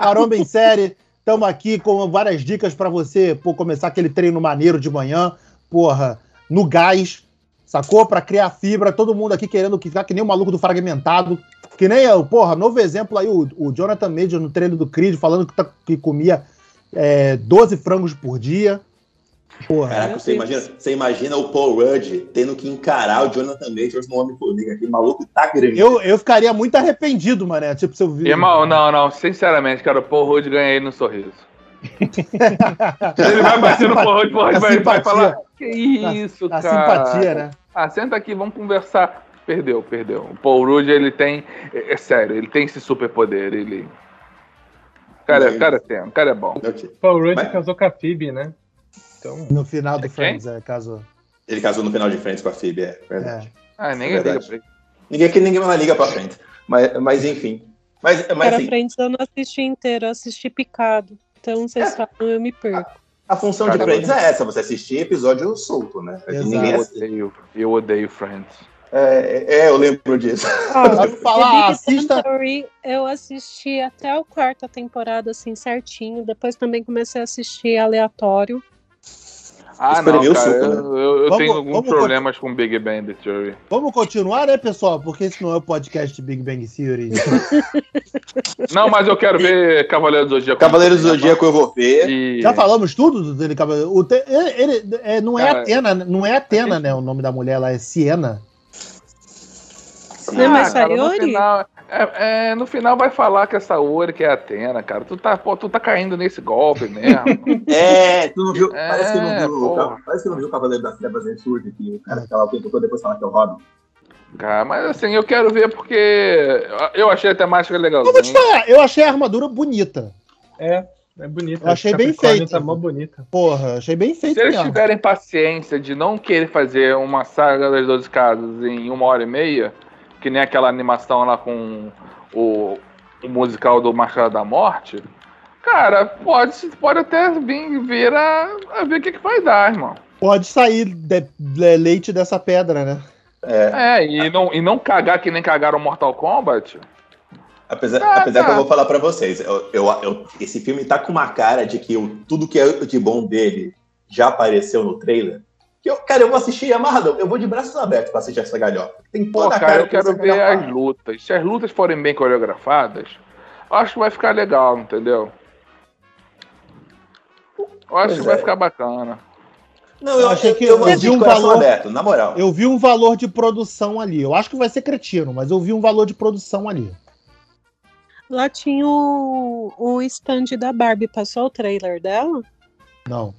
S2: maromba em série. Estamos aqui com várias dicas pra você pô, começar aquele treino maneiro de manhã, porra, no gás, sacou? Pra criar fibra. Todo mundo aqui querendo que- ficar que nem o maluco do fragmentado. Que nem eu, porra, novo exemplo aí, o, o Jonathan Major no treino do Creed falando que, tá- que comia é, 12 frangos por dia. Porra.
S1: Caraca,
S6: Meu
S1: você
S6: Deus.
S1: imagina, você imagina o Paul Rudd tendo que encarar o Jonathan Majors no Homem-Formiga, que maluco tá grande.
S2: Eu, eu ficaria muito arrependido, mané. Tipo, se eu vi.
S3: Irmão, não, não. Sinceramente, cara, o Paul Rudd ganha ele no sorriso. Ele vai bater no Paul Rudd, o Paul Rudd
S2: Na
S3: vai, vai
S2: simpatia.
S3: falar. Que
S2: Na-
S3: isso,
S2: A
S3: cara.
S2: simpatia, né?
S3: Ah, senta aqui, vamos conversar. Perdeu, perdeu. O Paul Rudd, ele tem. É, é sério, ele tem esse superpoder. Ele. Cara,
S1: Sim.
S3: cara tem, o cara é bom.
S1: Não, tio.
S4: Paul Rudd
S1: Mas-
S4: casou com a Phoebe, né? Então,
S2: No final
S3: É
S2: do
S3: quem?
S2: Friends, é, caso.
S1: Ele casou no final de frente com a Phoebe, é verdade.
S3: Ah, nem
S1: É
S3: liga
S1: verdade.
S3: pra ele.
S1: Ninguém aqui, ninguém mais liga pra frente. Mas, mas enfim. Mas, mas assim,
S6: Para
S1: sim,
S6: frente eu não assisti inteiro, eu assisti picado. Então vocês falam, eu me perco.
S1: a função de
S3: Caramba.
S1: Friends é essa, você assistir episódio solto, né?
S2: Exato.
S1: Ninguém
S3: Eu
S1: ass-
S3: odeio, eu odeio Friends.
S1: É, é, eu lembro disso.
S2: Só pra Ah, falar,
S6: The Big Bang
S2: assista.
S6: Theory, eu assisti até a quarta temporada, assim, certinho. Depois também comecei a assistir aleatório.
S3: Ah, não,
S1: Espremeu o
S3: cara,
S1: suco, né?
S3: eu, eu- eu
S2: Vamos-
S3: tenho alguns
S2: vamos
S3: problemas com Big Bang Theory.
S2: Vamos continuar, né, pessoal? Porque esse não é o podcast Big Bang Theory.
S3: Não, mas eu quero ver Cavaleiro do Zodíaco.
S1: Cavaleiros do Zodíaco eu vou ver.
S3: E...
S2: Já falamos tudo do Dani Cavaleiro. O te- ele, ele- é, não é
S3: Cara,
S2: Atena, não é Atena, né? O nome da mulher lá é Siena.
S6: Não é
S1: Ah,
S6: mais
S3: Ah, cara, no
S6: Sayori?
S3: final, é, é, no final vai falar que é Saori, que é Atena, cara. Tu tá, pô, tu tá caindo nesse golpe mesmo.
S1: É, tu não viu?
S3: É,
S1: parece, que não viu o,
S3: porra.
S1: Ca- parece que não viu o Cavaleiro das Trevas em surge que o cara fica lá o tempo todo depois fala que é o Robin.
S3: cara, mas assim, eu quero ver porque eu achei a temática
S2: É, Eu vou te
S3: legalzinha.
S2: falar, eu achei a armadura bonita.
S4: é. É bonita.
S2: Eu achei bem
S4: Capricórnio
S2: feito.
S4: Tá mó bonita.
S2: Porra, achei bem feito
S3: Se eles
S2: mesmo.
S3: tiverem paciência de não querer fazer uma saga das 12 casas em uma hora e meia, que nem aquela animação lá com o, o musical do Machado da Morte, cara, pode, pode até vir, vir a, a ver o que, que vai dar, irmão.
S2: Pode sair de- de- leite dessa pedra, né?
S1: É,
S3: É, e não, e não cagar que nem cagaram Mortal Kombat.
S1: apesar,
S3: Ah,
S1: apesar que
S3: tá.
S1: eu vou falar pra vocês, eu, eu- eu- esse filme tá com uma cara de que eu- tudo que é de bom dele já apareceu no trailer. Que eu, cara, eu vou assistir amarrado, eu vou de braços abertos pra assistir essa galhofa. Tem
S3: Pô,
S1: toda a
S3: cara,
S1: cara
S3: eu quero
S1: dessa
S3: ver
S1: galhofa.
S3: as lutas. Se as lutas forem bem coreografadas, acho que vai ficar legal, entendeu? Eu acho
S1: Pois
S3: que vai
S1: é.
S3: ficar bacana.
S1: Não, eu
S2: Eu achei
S1: achei
S2: que
S1: que
S2: eu
S1: eu, eu,
S2: vi um
S1: um coração
S2: valor-
S1: aberto, na moral.
S2: Eu vi um valor de produção ali. Eu acho que vai ser cretino, mas eu vi um valor de produção ali.
S6: Lá tinha o, o stand da Barbie. Passou o trailer dela?
S2: Não.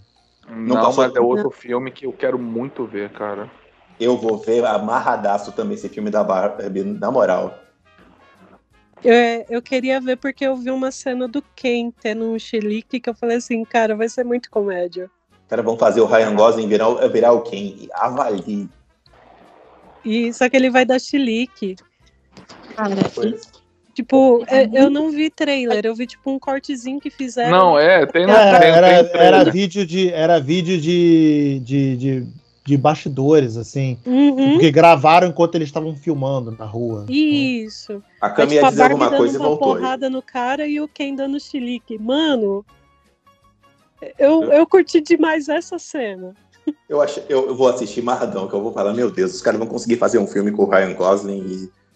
S3: Não,
S1: passou-
S3: mas é outro filme que eu quero muito ver, cara.
S1: Eu vou ver amarradaço também esse filme da Barbie, na moral.
S6: É, eu queria ver porque eu vi uma cena do Ken tendo um xilique que eu falei assim, cara, vai ser muito comédia.
S1: Cara, vão fazer o Ryan Gosling virar, virar o Ken. Avalie.
S6: E só que ele vai dar xilique.
S1: Foi.
S6: Tipo, é, eu não vi trailer, eu vi tipo um cortezinho que fizeram.
S3: Não, é, tem no
S2: Era,
S3: trailer,
S2: era,
S3: tem no trailer.
S2: era vídeo de, era vídeo de, de, de, de bastidores, assim.
S6: Uhum,
S2: Porque gravaram enquanto eles estavam filmando na rua.
S6: isso.
S1: A
S6: É,
S1: Cami
S6: tipo,
S1: ia
S6: a
S1: dizer
S6: Barbie
S1: alguma
S6: dando
S1: coisa e
S6: uma
S1: voltou.
S6: porrada no cara e o Ken dando xilique. Mano, eu, eu curti demais essa cena.
S1: Eu, acho, eu, eu vou assistir Marradão, que eu vou falar, meu Deus, os caras vão conseguir fazer um filme com o Ryan Gosling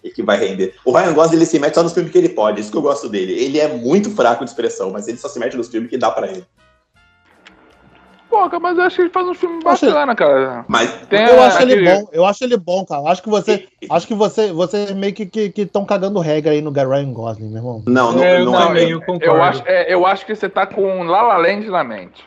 S1: e, e que vai render. O Ryan Gosling, ele se mete só nos filmes que ele pode, isso que eu gosto dele. Ele é muito fraco de expressão, mas ele só se mete nos filmes que dá pra ele.
S3: Pô, cara, mas eu acho que ele faz um filme
S2: Eu achei-
S3: bacana, cara.
S1: Mas,
S3: Tem
S2: Eu
S3: a-
S2: acho ele
S3: aquele-
S2: bom, eu acho ele bom, cara. Acho que você. Acho que você, vocês meio que estão que, tão cagando regra aí no Ryan Gosling, meu irmão.
S1: não, não,
S4: É, eu
S1: não,
S4: também,
S1: é,
S4: eu concordo.
S3: Eu acho, é, eu acho que você tá com La La Land na mente.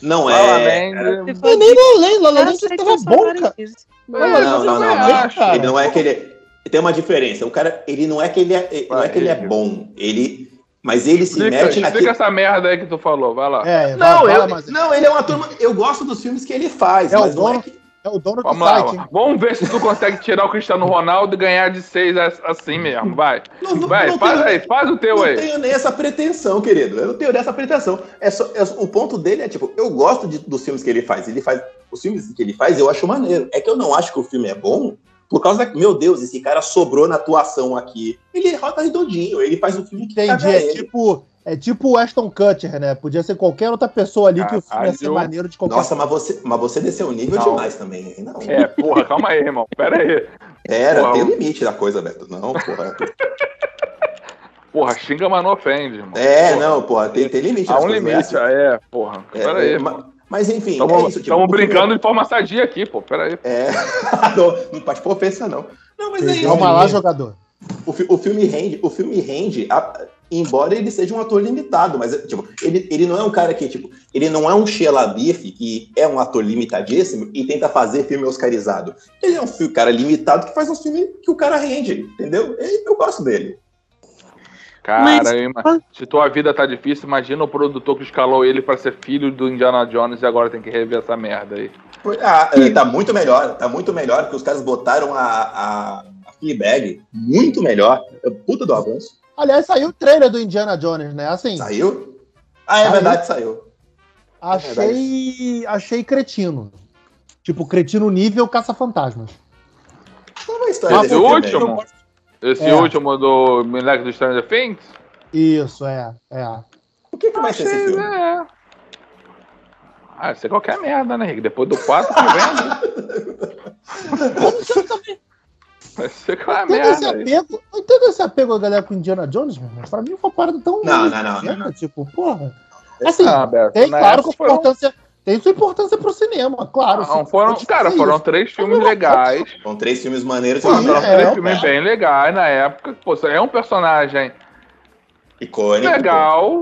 S1: não
S3: La La
S1: é.
S3: Land...
S6: Se for
S2: Eu nem né?
S6: de
S2: Lolei, Lolei
S6: graça,
S2: não é
S6: aí
S2: tava
S6: vocês
S2: bom,
S6: falarem
S2: cara.
S6: isso.
S1: Não, não, não, não,
S3: Eu acho.
S2: cara.
S1: Ele não é que ele. Tem uma diferença. O cara, ele não é que ele é, ele- não é, que ele é bom. Ele. Mas ele se
S3: Explica,
S1: mete
S3: explica
S1: naquele.
S3: essa merda aí que tu falou, vai lá.
S2: É,
S1: Não,
S2: vai,
S1: eu,
S2: vai, mas
S1: não, ele é uma turma. Eu gosto dos filmes que ele faz,
S2: É,
S1: mas
S2: o
S1: não é
S2: dono-
S1: que.
S2: é o dono do
S3: Vamos lá,
S2: site, hein?
S3: vamos- vamos ver se tu consegue tirar o Cristiano Ronaldo e ganhar de seis a- assim mesmo, vai.
S1: Não, não-
S3: Vai,
S1: não
S3: faz
S1: tenho,
S3: aí, faz o teu
S1: não
S3: aí.
S1: tenho nem essa pretensão, querido. Eu não tenho nem essa pretensão. É só, é só- o ponto dele é tipo, eu gosto de- dos filmes que ele faz. Ele faz. Os filmes que ele faz eu acho maneiro. É que eu não acho que o filme é bom por causa que, meu Deus, esse cara sobrou na atuação aqui. Ele roda redondinho, ele faz o filme que tem
S2: Entendi. É tipo, é tipo o Aston Kutcher, né? Podia ser qualquer outra pessoa ali que o filme ia ser
S3: Caralho.
S2: maneiro de qualquer
S1: Nossa, mas você, mas você desceu o nível
S3: Não.
S1: demais também, hein? Não.
S3: É, porra, calma aí, irmão. Pera aí.
S1: Pera,
S3: Uau.
S1: tem um limite da coisa, Beto. Não, porra.
S3: Porra, xinga, mas não ofende, irmão.
S1: É,
S3: Porra,
S1: não, porra, tem, tem limite.
S3: Há
S1: das
S3: um
S1: coisas,
S3: limite,
S1: né?
S3: é, porra. Pera
S1: É,
S3: aí.
S1: ma- Mas enfim,
S3: Tamo,
S1: é isso. tipo,
S3: tamo
S1: o filme
S3: brincando de forma sadia aqui, pô. Pera aí.
S1: É, não, não parte por ofensa, não. Não, mas é
S2: coisa.
S1: isso.
S2: Calma lá, jogador.
S1: O, fi- o filme rende, o filme rende, a- embora ele seja um ator limitado, mas tipo, ele, ele não é um cara que, tipo, ele não é um Sheila Biff que é um ator limitadíssimo e tenta fazer filme oscarizado. Ele é um fi- cara limitado que faz um filme que o cara rende, entendeu? E Eu gosto dele.
S3: Cara,
S6: Mas-
S3: eu ima- se tua vida tá difícil, imagina o produtor que escalou ele pra ser filho do Indiana Jones e agora tem que rever essa merda aí.
S1: Ah, é, tá muito melhor, tá muito melhor que os caras botaram a, a, a Fleabag, muito melhor. É um Puta do avanço.
S2: Aliás, saiu o trailer do Indiana Jones, né? Assim,
S1: Saiu? é Ah, é
S2: Saiu.
S1: verdade, saiu.
S2: achei, achei cretino. Tipo, cretino nível caça-fantasmas.
S1: Não é uma história
S3: Mas
S1: desse
S3: o
S1: filme aí.
S3: último? Esse
S2: É.
S3: último do Moleque do Stranger Things?
S2: Isso, é, é.
S1: O que, que vai ser esse
S3: Achei,
S1: filme?
S3: é. Ah, isso é qualquer merda, né, Rick? Depois do 4 que vem, né? Isso é qualquer
S2: Entendo esse
S3: merda. aí.
S2: apego, eu entendo esse apego da galera com Indiana Jones, meu irmão. Pra mim foi uma parada tão.
S1: Não, não, não, não,
S2: Tipo, porra. Assim,
S3: Ah, Beto,
S2: tem,
S3: na
S2: claro,
S3: época
S2: com
S3: foram-
S2: importância. Tem sua importância pro cinema, claro.
S3: Não,
S2: sim,
S3: foram,
S2: pode
S3: cara,
S2: dizer
S3: foram
S2: isso.
S3: três filmes
S2: Não, é não,
S3: legais.
S1: São três filmes maneiros e
S2: Sim,
S1: uma
S3: Foram
S1: troca
S2: é,
S3: três
S2: é,
S3: filmes
S2: é.
S3: bem legais na época. Pô, é um personagem
S1: icônica.
S3: legal.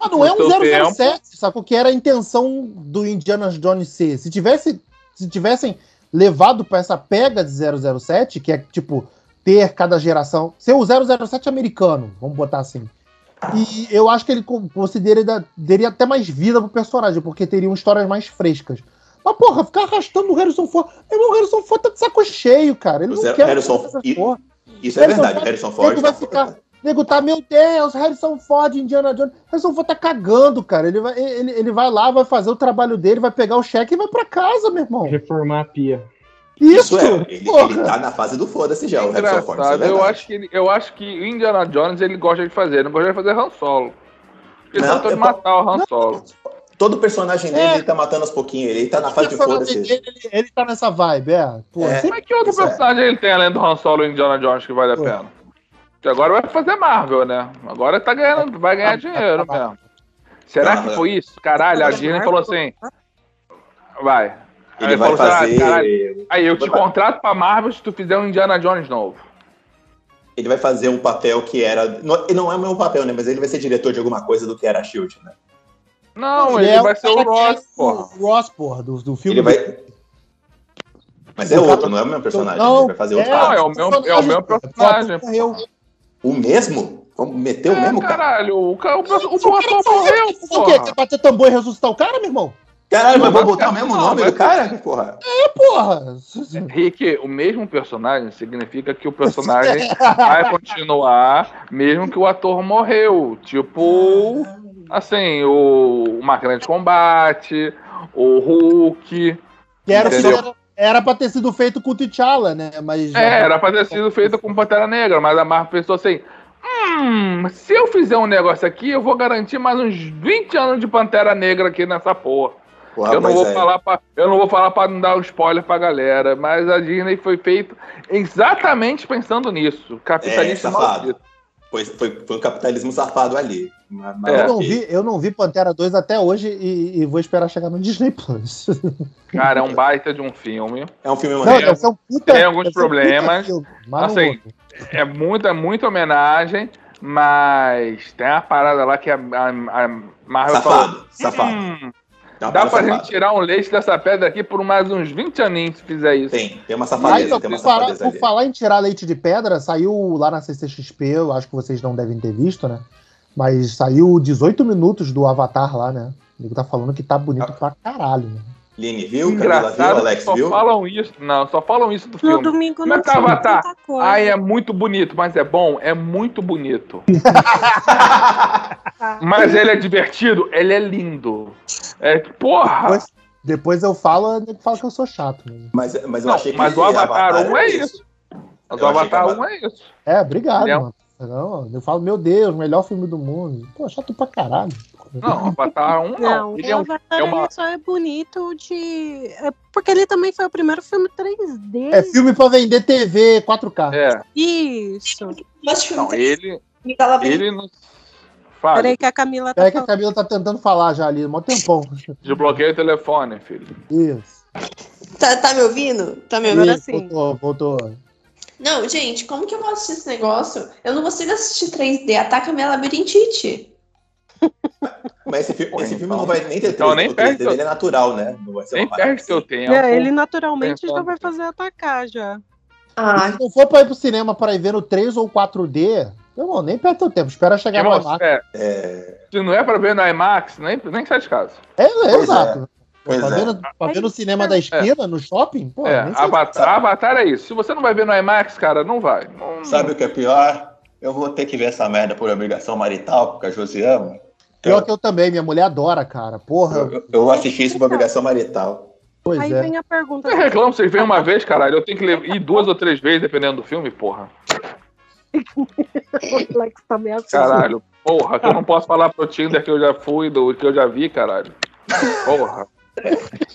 S2: Ah, não é
S3: no seu
S2: um 007, sabe? O que era a intenção do Indiana Jones ser? Se, tivesse, se tivessem levado pra essa pega de um 007, que é tipo ter cada geração. Ser o 007 americano, vamos botar assim. E eu acho que ele con- considera ele da- daria até mais vida pro personagem, porque teriam histórias mais frescas. Mas, porra, ficar arrastando o Harrison Ford. Meu irmão, o Harrison Ford tá de saco cheio, cara. Ele
S1: O
S2: não
S1: Zé-
S2: quer
S1: Harrison-
S2: fazer
S1: e-
S2: porra.
S1: Isso é
S2: Harrison
S1: verdade,
S2: Ford-
S1: Harrison
S2: Nego
S1: Ford.
S2: vai
S1: tá-
S2: ficar. Nego tá, meu Deus, Harrison Ford, Indiana Jones. Harrison Ford tá cagando, cara. Ele vai, ele, ele vai lá, vai fazer o trabalho dele, vai pegar o cheque e vai pra casa, meu irmão.
S4: Reformar a pia.
S1: Isso,
S2: Isso,
S1: é, ele,
S2: porra.
S1: ele tá na fase do foda-se já, o Harrison Ford. isso é
S3: Engraçado, eu
S1: verdade.
S3: acho, que ele- eu acho que o Indiana Jones ele gosta de fazer, ele não gosta de fazer Han Solo. Ele
S1: Não,
S3: tentou
S1: eu-
S3: de matar o Han Solo.
S1: Todo personagem dele
S2: É.
S1: ele tá matando aos pouquinhos, ele tá na fase de
S2: O personagem
S1: foda-se.
S2: dele, ele, ele tá nessa vibe, é. Pô,
S1: É.
S2: sempre-
S3: Mas que outro
S1: Isso é.
S3: personagem ele tem além do Han Solo e Indiana Jones que vale a
S2: Pô.
S3: pena? Que agora vai fazer Marvel, né? Agora tá ganhando, vai ganhar dinheiro mesmo. Será que
S1: É. Não,
S3: foi isso? Caralho, a Disney falou assim. Vai. Aí
S1: Ele vai
S3: falou assim, "Ah, caralho,
S1: fazer.
S3: Aí eu te contrato pra Marvel se tu fizer um Indiana Jones novo.
S1: Ele vai fazer um papel que era. Não, não é o meu papel, né? Mas ele vai ser diretor de alguma coisa do que era a Shield, né?
S3: Não, ele
S2: é
S3: vai ser o
S2: cara que é
S3: Ross, porra.
S2: O Ross, porra, do, do filme.
S1: Ele vai. Mas é
S2: O cara-
S1: outro, não é o mesmo personagem.
S2: Não,
S1: ele vai fazer outro.
S2: é.
S3: Não,
S1: papel.
S3: é o mesmo, é o mesmo personagem.
S2: Foda, morreu.
S1: O mesmo? Vamos meter o
S3: É,
S1: mesmo cara?
S3: caralho, o cara, o, o, o,
S2: O
S3: ator morreu,
S2: O quê? Você
S3: porra.
S2: bater tambor e ressuscitar o cara, meu irmão?
S1: Caralho, mas
S3: Não,
S1: vou botar o
S3: vai-
S1: mesmo
S3: não,
S1: nome
S3: vai-
S1: do cara? Porra.
S2: É, porra.
S3: Rick, o mesmo personagem significa que o personagem vai continuar mesmo que o ator morreu. Tipo, assim, o, o Máquina de Combate, o Hulk.
S2: Que era,
S3: Entendeu?
S2: era, era pra ter sido feito com o T'Challa, né? Mas.
S3: É, era pra ter sido feito com Pantera Negra, mas a Marvel pensou assim: hum, se eu fizer um negócio aqui, eu vou garantir mais uns 20 anos de Pantera Negra aqui nessa porra.
S1: Porra,
S3: eu, não
S1: pois
S3: vou
S1: é.
S3: falar pra, eu não vou falar pra não dar um spoiler pra galera, mas a Disney foi feita exatamente pensando nisso. Capitalista
S1: É, safado.
S3: maldito.
S1: Pois- foi, foi um capitalismo safado ali. Mas, mas
S2: Eu
S3: É.
S2: não,
S1: ok.
S2: vi, eu não vi Pantera 2 até hoje e, e vou esperar chegar no Disney Plus.
S3: Cara, é um baita de um filme.
S1: É um filme
S2: Não,
S1: maneiro.
S2: deve ser um puta,
S3: Tem alguns
S2: deve ser um puta
S3: problemas.
S2: filme, mas não
S3: Assim,
S2: vou.
S3: É muita, muita homenagem, mas tem uma parada lá que a, a- a Marvel falou.
S1: Safado, safado.
S3: "Hum,
S1: Tem uma
S3: dá
S1: parada
S3: pra
S1: safada.
S3: gente tirar um leite dessa pedra aqui por mais uns 20 aninhos se fizer isso.
S1: Tem, tem uma
S2: Mas,
S1: safadeza,
S2: então,
S1: tem uma
S2: por, falar,
S1: safadeza
S2: por
S1: ali.
S2: falar em tirar leite de pedra, saiu lá na CCXP, eu acho que vocês não devem ter visto, né? Mas saiu 18 minutos do Avatar lá, né? O nego tá falando que tá bonito
S1: Ah.
S2: pra caralho, né?
S1: Line viu, Camila viu,
S3: Engraçado, que
S1: Alex
S3: só
S1: viu.
S3: falam isso. Não, só falam isso do
S6: No
S3: filme.
S6: domingo
S3: Como é
S6: não
S3: que tá,
S6: tinha
S3: Avatar?
S6: tanta coisa.
S3: Ai, é muito bonito, mas é bom? É muito bonito. mas ele é divertido? Ele é lindo. É, porra!
S2: Pois- Depois eu falo, nego fala que eu sou chato. né?
S1: Mas, mas eu
S3: Não,
S1: achei que
S3: mas o Avatar 1 é
S1: era
S3: isso. Mas o
S1: Eu achei
S3: Avatar
S1: que era-
S3: 1 é isso.
S2: É, obrigado,
S3: Entendeu?
S2: mano. Não, eu falo, meu Deus, melhor filme do mundo. Pô, chato pra caralho.
S3: Não, o Avatar 1 não.
S6: Não,
S3: Ele é
S6: o
S3: um
S6: Avatar
S3: é uma-
S6: ele só é bonito de. é porque ele também foi o primeiro filme 3D.
S2: É filme pra vender TV 4K.
S3: É,
S6: Isso.
S5: Mas filme
S3: não, ele,
S5: que ela vem
S3: ele não. Fala,
S6: Peraí que a Camila tá
S2: É que a
S6: falando.
S2: Camila tá tentando falar já ali, mó tempão.
S3: desbloqueia o telefone, filho.
S2: Isso.
S5: Tá, tá me ouvindo? Tá me ouvindo?
S6: Agora
S2: Isso,
S6: sim.
S2: voltou, voltou.
S5: Não, gente, como que eu vou assistir esse negócio? Eu não consigo assistir 3D. Ataca minha labirintite.
S1: Mas esse filme,
S3: Pô,
S1: esse filme
S3: então-
S1: não vai nem ter
S3: então nem
S1: o 3D
S3: perde-
S1: dele é natural, né? Não vai ser uma
S3: Nem
S1: parada
S3: perde seu
S1: assim.
S3: tempo.
S6: É, ele naturalmente já
S3: Pensando.
S6: vai fazer atacar já.
S5: Ah,
S2: Se não for pra ir pro cinema pra ir ver no 3 ou 4D, meu irmão, nem perde teu tempo. Espera chegar
S3: Irmão,
S2: lá. lá.
S3: é,
S1: É,
S3: se não é pra ver na IMAX, nem, nem sai de casa.
S2: É, é,
S1: Pois
S2: exato.
S1: pois
S3: Tá
S2: pra,
S1: é.
S2: ver no, pra ver no cinema da esquina, no shopping, pô,
S3: é,
S2: nem sei.
S3: Avatar, Avatar é isso. Se você não vai ver no IMAX, cara, não vai. Não-
S1: Sabe o que é pior? Eu vou ter que ver essa merda por obrigação marital, porque a Josi ama.
S2: Pior que eu também, minha mulher adora, cara. Porra,
S1: Eu, eu- eu assisti isso por obrigação marital.
S2: pois
S6: Aí
S2: é.
S6: vem a pergunta.
S3: Eu reclamo, vocês vêm uma vez, caralho. Eu tenho que le- ir duas ou três vezes, dependendo do filme, porra.
S6: O Alex tá meio assim.
S3: Caralho, porra, que eu não posso falar pro Tinder que eu já fui, do que eu já vi, caralho. Porra.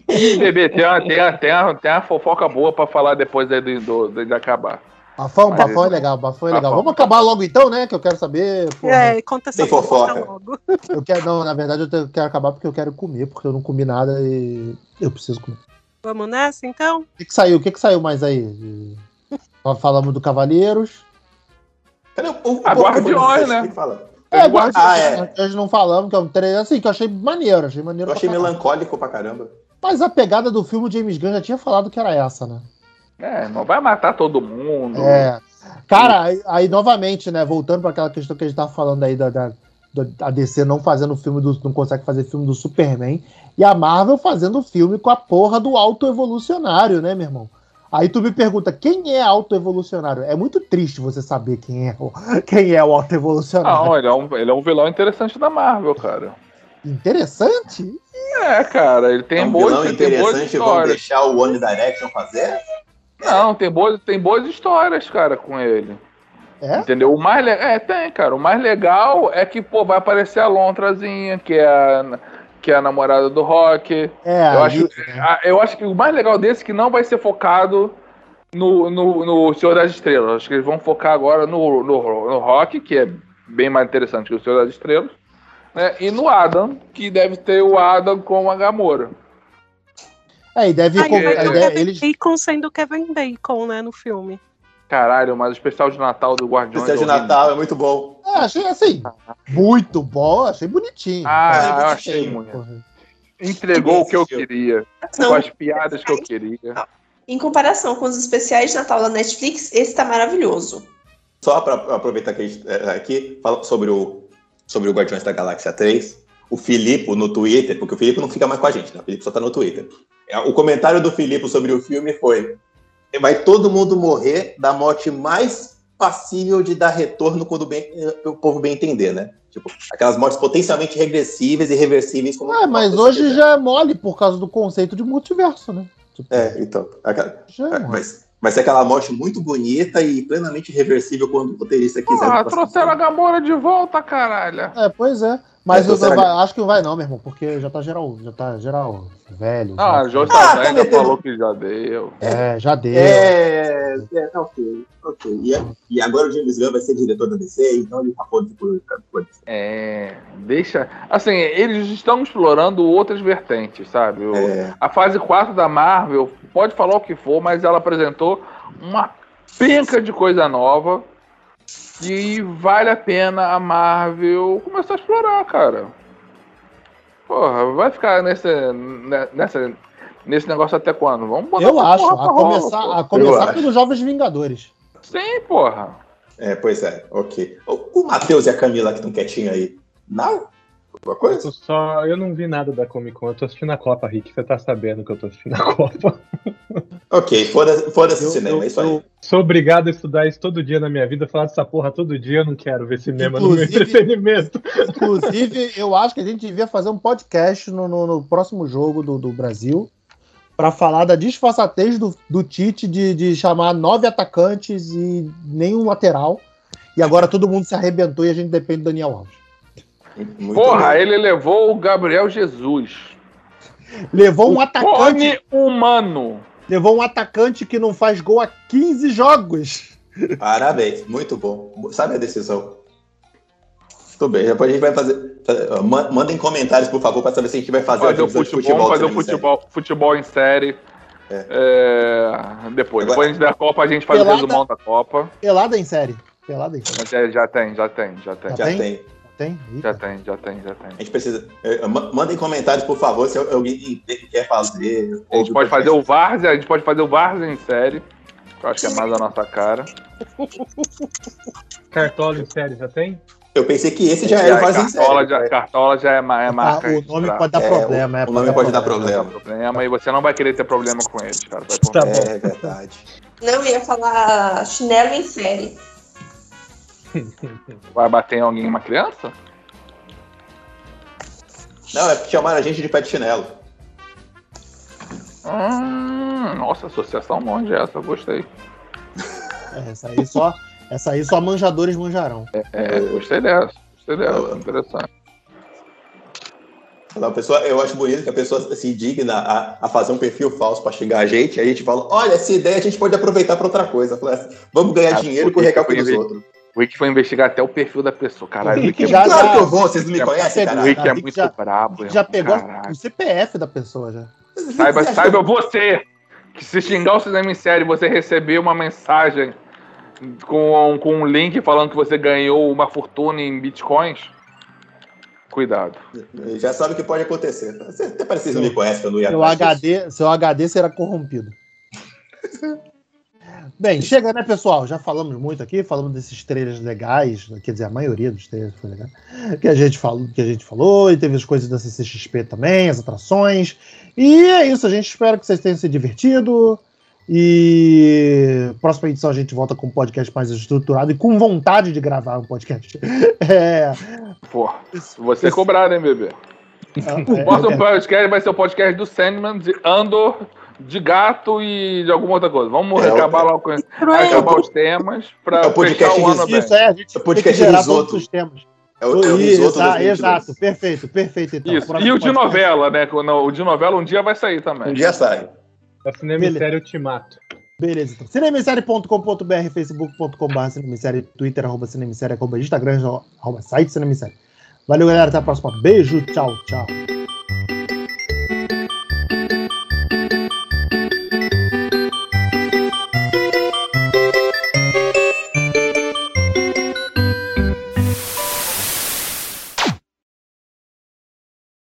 S3: Ih, Bebê, tem uma, tem, uma, tem, uma, tem uma fofoca boa pra falar depois aí do, do, de acabar.
S2: Bafão,
S3: Mas-
S2: bafão é legal, bafão é legal.
S3: Bafão.
S2: Vamos acabar logo então, né? Que eu quero saber. porra.
S6: É, conta essa
S1: Tem fofoca.
S6: pergunta logo.
S2: Eu quero, não, na verdade eu te- quero acabar porque eu quero comer, porque eu não comi nada e eu preciso comer.
S6: Vamos nessa, então?
S2: O que, que saiu? O que, que saiu mais aí? Nós falamos do Cavaleiros.
S1: Cadê o, o,
S3: A
S1: o-
S3: Guardiões,
S1: o-
S3: né?
S1: Fala.
S2: É,
S3: Eu
S2: Guardiões.
S3: gosto-
S1: Ah, é.
S2: Nós não falamos, que é um trailer assim, que eu achei maneiro, achei maneiro.
S1: Eu achei
S2: pra caralho.
S1: melancólico pra caramba.
S2: Mas a pegada do filme, o James Gunn já tinha falado que era essa, né?
S3: É, não vai matar todo mundo.
S2: É. Cara, aí, aí, novamente, né? Voltando para aquela questão que a gente tava falando aí da, da, do- a DC não fazendo filme do. não consegue fazer filme do Superman. E a Marvel fazendo filme com a porra do autoevolucionário, né, meu irmão? Aí tu me pergunta, quem é autoevolucionário? É muito triste você saber quem é o, quem é o autoevolucionário.
S3: Não, ele é, um, ele é um vilão interessante da Marvel, cara.
S2: Interessante?
S3: É, cara, ele tem
S1: é um vilão
S3: boas, ele tem boas
S1: interessante, vão
S3: histórias.
S1: deixar o One Direction fazer?
S3: Não, tem boas, tem boas histórias, cara, com ele.
S2: É?
S3: Entendeu? O mais legal. É, tem, cara. O mais legal é que, pô, vai aparecer a Lontrazinha, que é a, que é a namorada do Rock.
S2: É,
S3: Eu
S2: ali-
S3: Ah, eu acho que o mais legal desse é que não vai ser focado no, no, no Senhor das Estrelas. Acho que eles vão focar agora no, no, no Rock, que é bem mais interessante que o Senhor das Estrelas. Né? E no Adam, que deve ter o Adam com a Gamora.
S2: é, e deve.
S6: Aí
S2: com-
S6: vai
S2: a
S6: ter o
S3: ideia-
S6: Kevin
S2: ideia- eles,
S6: Bacon sendo o Kevin Bacon, né, no filme.
S3: Caralho, mas o especial de Natal do
S1: O
S3: Guardiões.
S1: especial de
S3: é horrível.
S1: Natal é muito bom.
S2: é, achei assim, muito bom, achei bonitinho.
S3: Ah,
S1: É,
S3: eu
S1: eu
S3: achei,
S1: sei.
S3: mulher.
S2: Porra.
S3: Entregou o que eu
S1: Esse
S3: queria, com
S5: Não,
S3: as piadas que eu queria.
S5: em comparação com os especiais de Natal da Netflix, esse tá maravilhoso.
S1: Só para aproveitar que a gente, é, aqui, fala sobre o, sobre o Guardiões da Galáxia 3. O Filipe no Twitter, porque o Filipe não fica mais com a gente, né? O Filipe só tá no Twitter. É, O comentário do Filipe sobre o filme foi: vai todo mundo morrer da morte mais passível de dar retorno quando bem- eh, o povo bem entender, né? Tipo, aquelas mortes potencialmente regressíveis e reversíveis. Como
S2: Ah, mas
S1: como
S2: hoje
S1: você
S2: já é mole por causa do conceito de multiverso, né? Tipo,
S1: quiser. É, então. aquela-
S2: já é
S1: É,
S2: mole.
S1: Mas vai ser aquela morte muito bonita e plenamente reversível quando o roteirista quiser.
S3: Porra,
S1: Não passa-
S3: Ah, trouxeram a Gamora de volta, caralho.
S2: É, pois é. Mas
S1: É,
S2: eu,
S1: será
S2: eu
S1: que-
S2: acho que não vai não, meu irmão, porque já tá geral, já tá geral velho.
S3: Ah,
S2: já,
S3: Jô Sardá
S1: tá
S3: ainda
S1: metendo.
S3: falou que já deu.
S2: É, já deu.
S1: É, é, tá ok, ok. E, é- e agora o James Gunn vai ser diretor da DC, então ele tá podre por por-
S3: É, deixa. Assim, eles estão explorando outras vertentes, sabe? O-
S1: É,
S3: A fase 4 da Marvel, pode falar o que for, mas ela apresentou uma penca de coisa nova. E vale a pena a Marvel começar a explorar, cara. Porra, vai ficar nessa, ne- nessa, nesse negócio até quando? Vamos botar
S2: Eu
S3: essa
S2: acho,
S3: porra
S2: a
S3: pra rola,
S2: começar,
S3: pô.
S2: a começar
S1: acho.
S2: pelos Jovens Vingadores.
S3: Sim, porra.
S1: é, pois é, ok. O, o Matheus e a Camila que estão quietinho aí. Não? Alguma coisa?
S4: Eu, só, eu não vi nada da Comic Con, eu tô assistindo a Copa, Rick. Você tá sabendo que eu tô assistindo a Copa.
S1: Ok, foda-se foda
S2: Eu-
S1: cinema,
S2: eu-
S1: é isso aí.
S2: eu-
S4: Sou obrigado a estudar isso todo dia na minha vida, falar dessa porra todo dia, eu não quero ver cinema no
S2: Inclusive-
S4: meu entretenimento.
S2: Inclusive, eu acho que a gente devia fazer um podcast no, no- no próximo jogo do, do Brasil pra falar da disfarçatez do, do Tite de, de chamar nove atacantes e nenhum lateral. E agora todo mundo se arrebentou e a gente depende do Daniel Alves.
S1: Muito
S3: porra,
S1: bem.
S3: ele levou o Gabriel Jesus.
S2: Levou um atacante
S3: Clone humano.
S2: Levou um atacante que não faz gol há 15 jogos.
S1: Parabéns, muito bom. Sabe a decisão. Tudo bem, depois a gente vai fazer. fa- ma- Mandem comentários, por favor, pra saber se a gente vai fazer,
S3: Fazer
S1: a
S3: o
S1: divisão
S3: futebol,
S1: de
S3: fazer o
S1: também, sério.
S3: futebol, futebol em série.
S1: É.
S3: É, depois,
S1: Agora-
S3: depois a gente da Copa, a gente faz
S2: Pelada-
S3: o resumão da Copa.
S2: Pelada em série. Pelada em série.
S3: Mas é, já tem, já tem, já tem.
S1: Já
S2: Tem?
S1: tem.
S2: Tem?
S3: Já tem, já tem, já tem.
S1: A gente precisa. eh, ma- Mandem comentários, por favor, se alguém que- quer fazer.
S3: A gente pode fazer o Várzea, a gente pode fazer o Várzea em série. que Eu acho que é mais a nossa cara.
S4: Cartola em série já tem?
S1: Eu pensei que esse já
S2: é
S1: era o
S3: a
S1: Vazio
S3: Cartola,
S1: Sério.
S3: já, Cartola já é, ma- é
S2: né?
S3: marca.
S2: Ah, o nome
S3: registrada.
S2: pode dar
S1: É,
S2: problema.
S1: o nome pode dar problema.
S3: Não tem problema. E você não vai querer ter problema com eles, cara. Vai por
S4: Tá
S3: mim.
S4: bom.
S1: É verdade.
S5: Não ia falar chinelo em série.
S3: Vai bater em alguém, uma criança?
S1: Não, é porque chamaram a gente de pé de chinelo.
S3: Hum, nossa, associação longe essa, eu gostei.
S2: É, essa, aí só, essa aí só manjadores manjarão.
S3: É, gostei dessa. Gostei dessa,
S1: Eu-
S3: interessante.
S1: Não, a pessoa, eu acho bonito que a pessoa se indigna a, a fazer um perfil falso pra xingar a gente. Aí a gente fala: olha, essa ideia a gente pode aproveitar pra outra coisa. Fala assim, Vamos ganhar
S3: Ah,
S1: dinheiro
S3: porque
S1: com o recalque
S3: foi
S1: dos
S3: inve-
S1: outros.
S3: O Rick foi investigar até o perfil da pessoa. Caralho, o Rick é
S2: Já- tá.
S3: muito,
S1: claro
S2: já-
S1: que eu vou, vocês não me
S3: já-
S1: conhecem,
S2: já-
S3: o
S1: caralho.
S3: Rick é
S2: Rick
S3: muito
S2: já-
S3: brabo.
S2: Já
S3: irmão,
S2: pegou
S3: caralho.
S2: o CPF da pessoa já.
S3: Saiba,
S1: Você acha-
S3: saiba você que se xingar o Cinema em Série, você receber uma mensagem com, com um link falando que você ganhou uma fortuna em bitcoins, cuidado.
S1: Já sabe o que pode acontecer. Você até parece que vocês não me conhecem, que eu não ia
S2: Seu
S1: atrás disso.
S2: HD, seu HD será corrompido. Bem, chega, né, pessoal? Já falamos muito aqui, falamos desses trailers legais, quer dizer, a maioria dos trailers foi legal, que a gente falou, que a gente falou, e teve as coisas da CCXP também, as atrações. E é isso, a gente espera que vocês tenham se divertido. E próxima edição a gente volta com um podcast mais estruturado e com vontade de gravar um podcast. É,
S3: Pô, se você cobrar, né, bebê?
S2: É
S3: O próximo podcast vai ser o podcast do Sandman, de Andor, de gato e de alguma outra coisa. Vamos
S1: É,
S3: acabar
S1: o-
S3: logo com
S6: é
S3: acabar os temas para
S1: É o
S3: fechar
S1: podcast
S3: o ano
S1: de-
S3: bem.
S2: isso é, a gente
S1: O podcast
S2: tem que gerar
S1: risoto.
S2: todos os temas.
S1: É o, é o
S2: Isso,
S1: risoto
S2: ah,
S1: 2022.
S2: exato, perfeito, perfeito. Então.
S3: Isso.
S2: Próximo
S3: E o de
S2: podcast.
S3: novela, né? Quando- O de novela um dia vai sair também.
S1: Um dia sai.
S4: Da É cinema
S2: Beleza.
S4: e série eu te mato.
S2: Beleza, então. cinemissérie.com.br, facebook.com.br, cinemissérie, twitter, arroba cinemissérie, arroba instagram, arroba site cinemissérie. Valeu, galera, até a próxima. Beijo, tchau, tchau.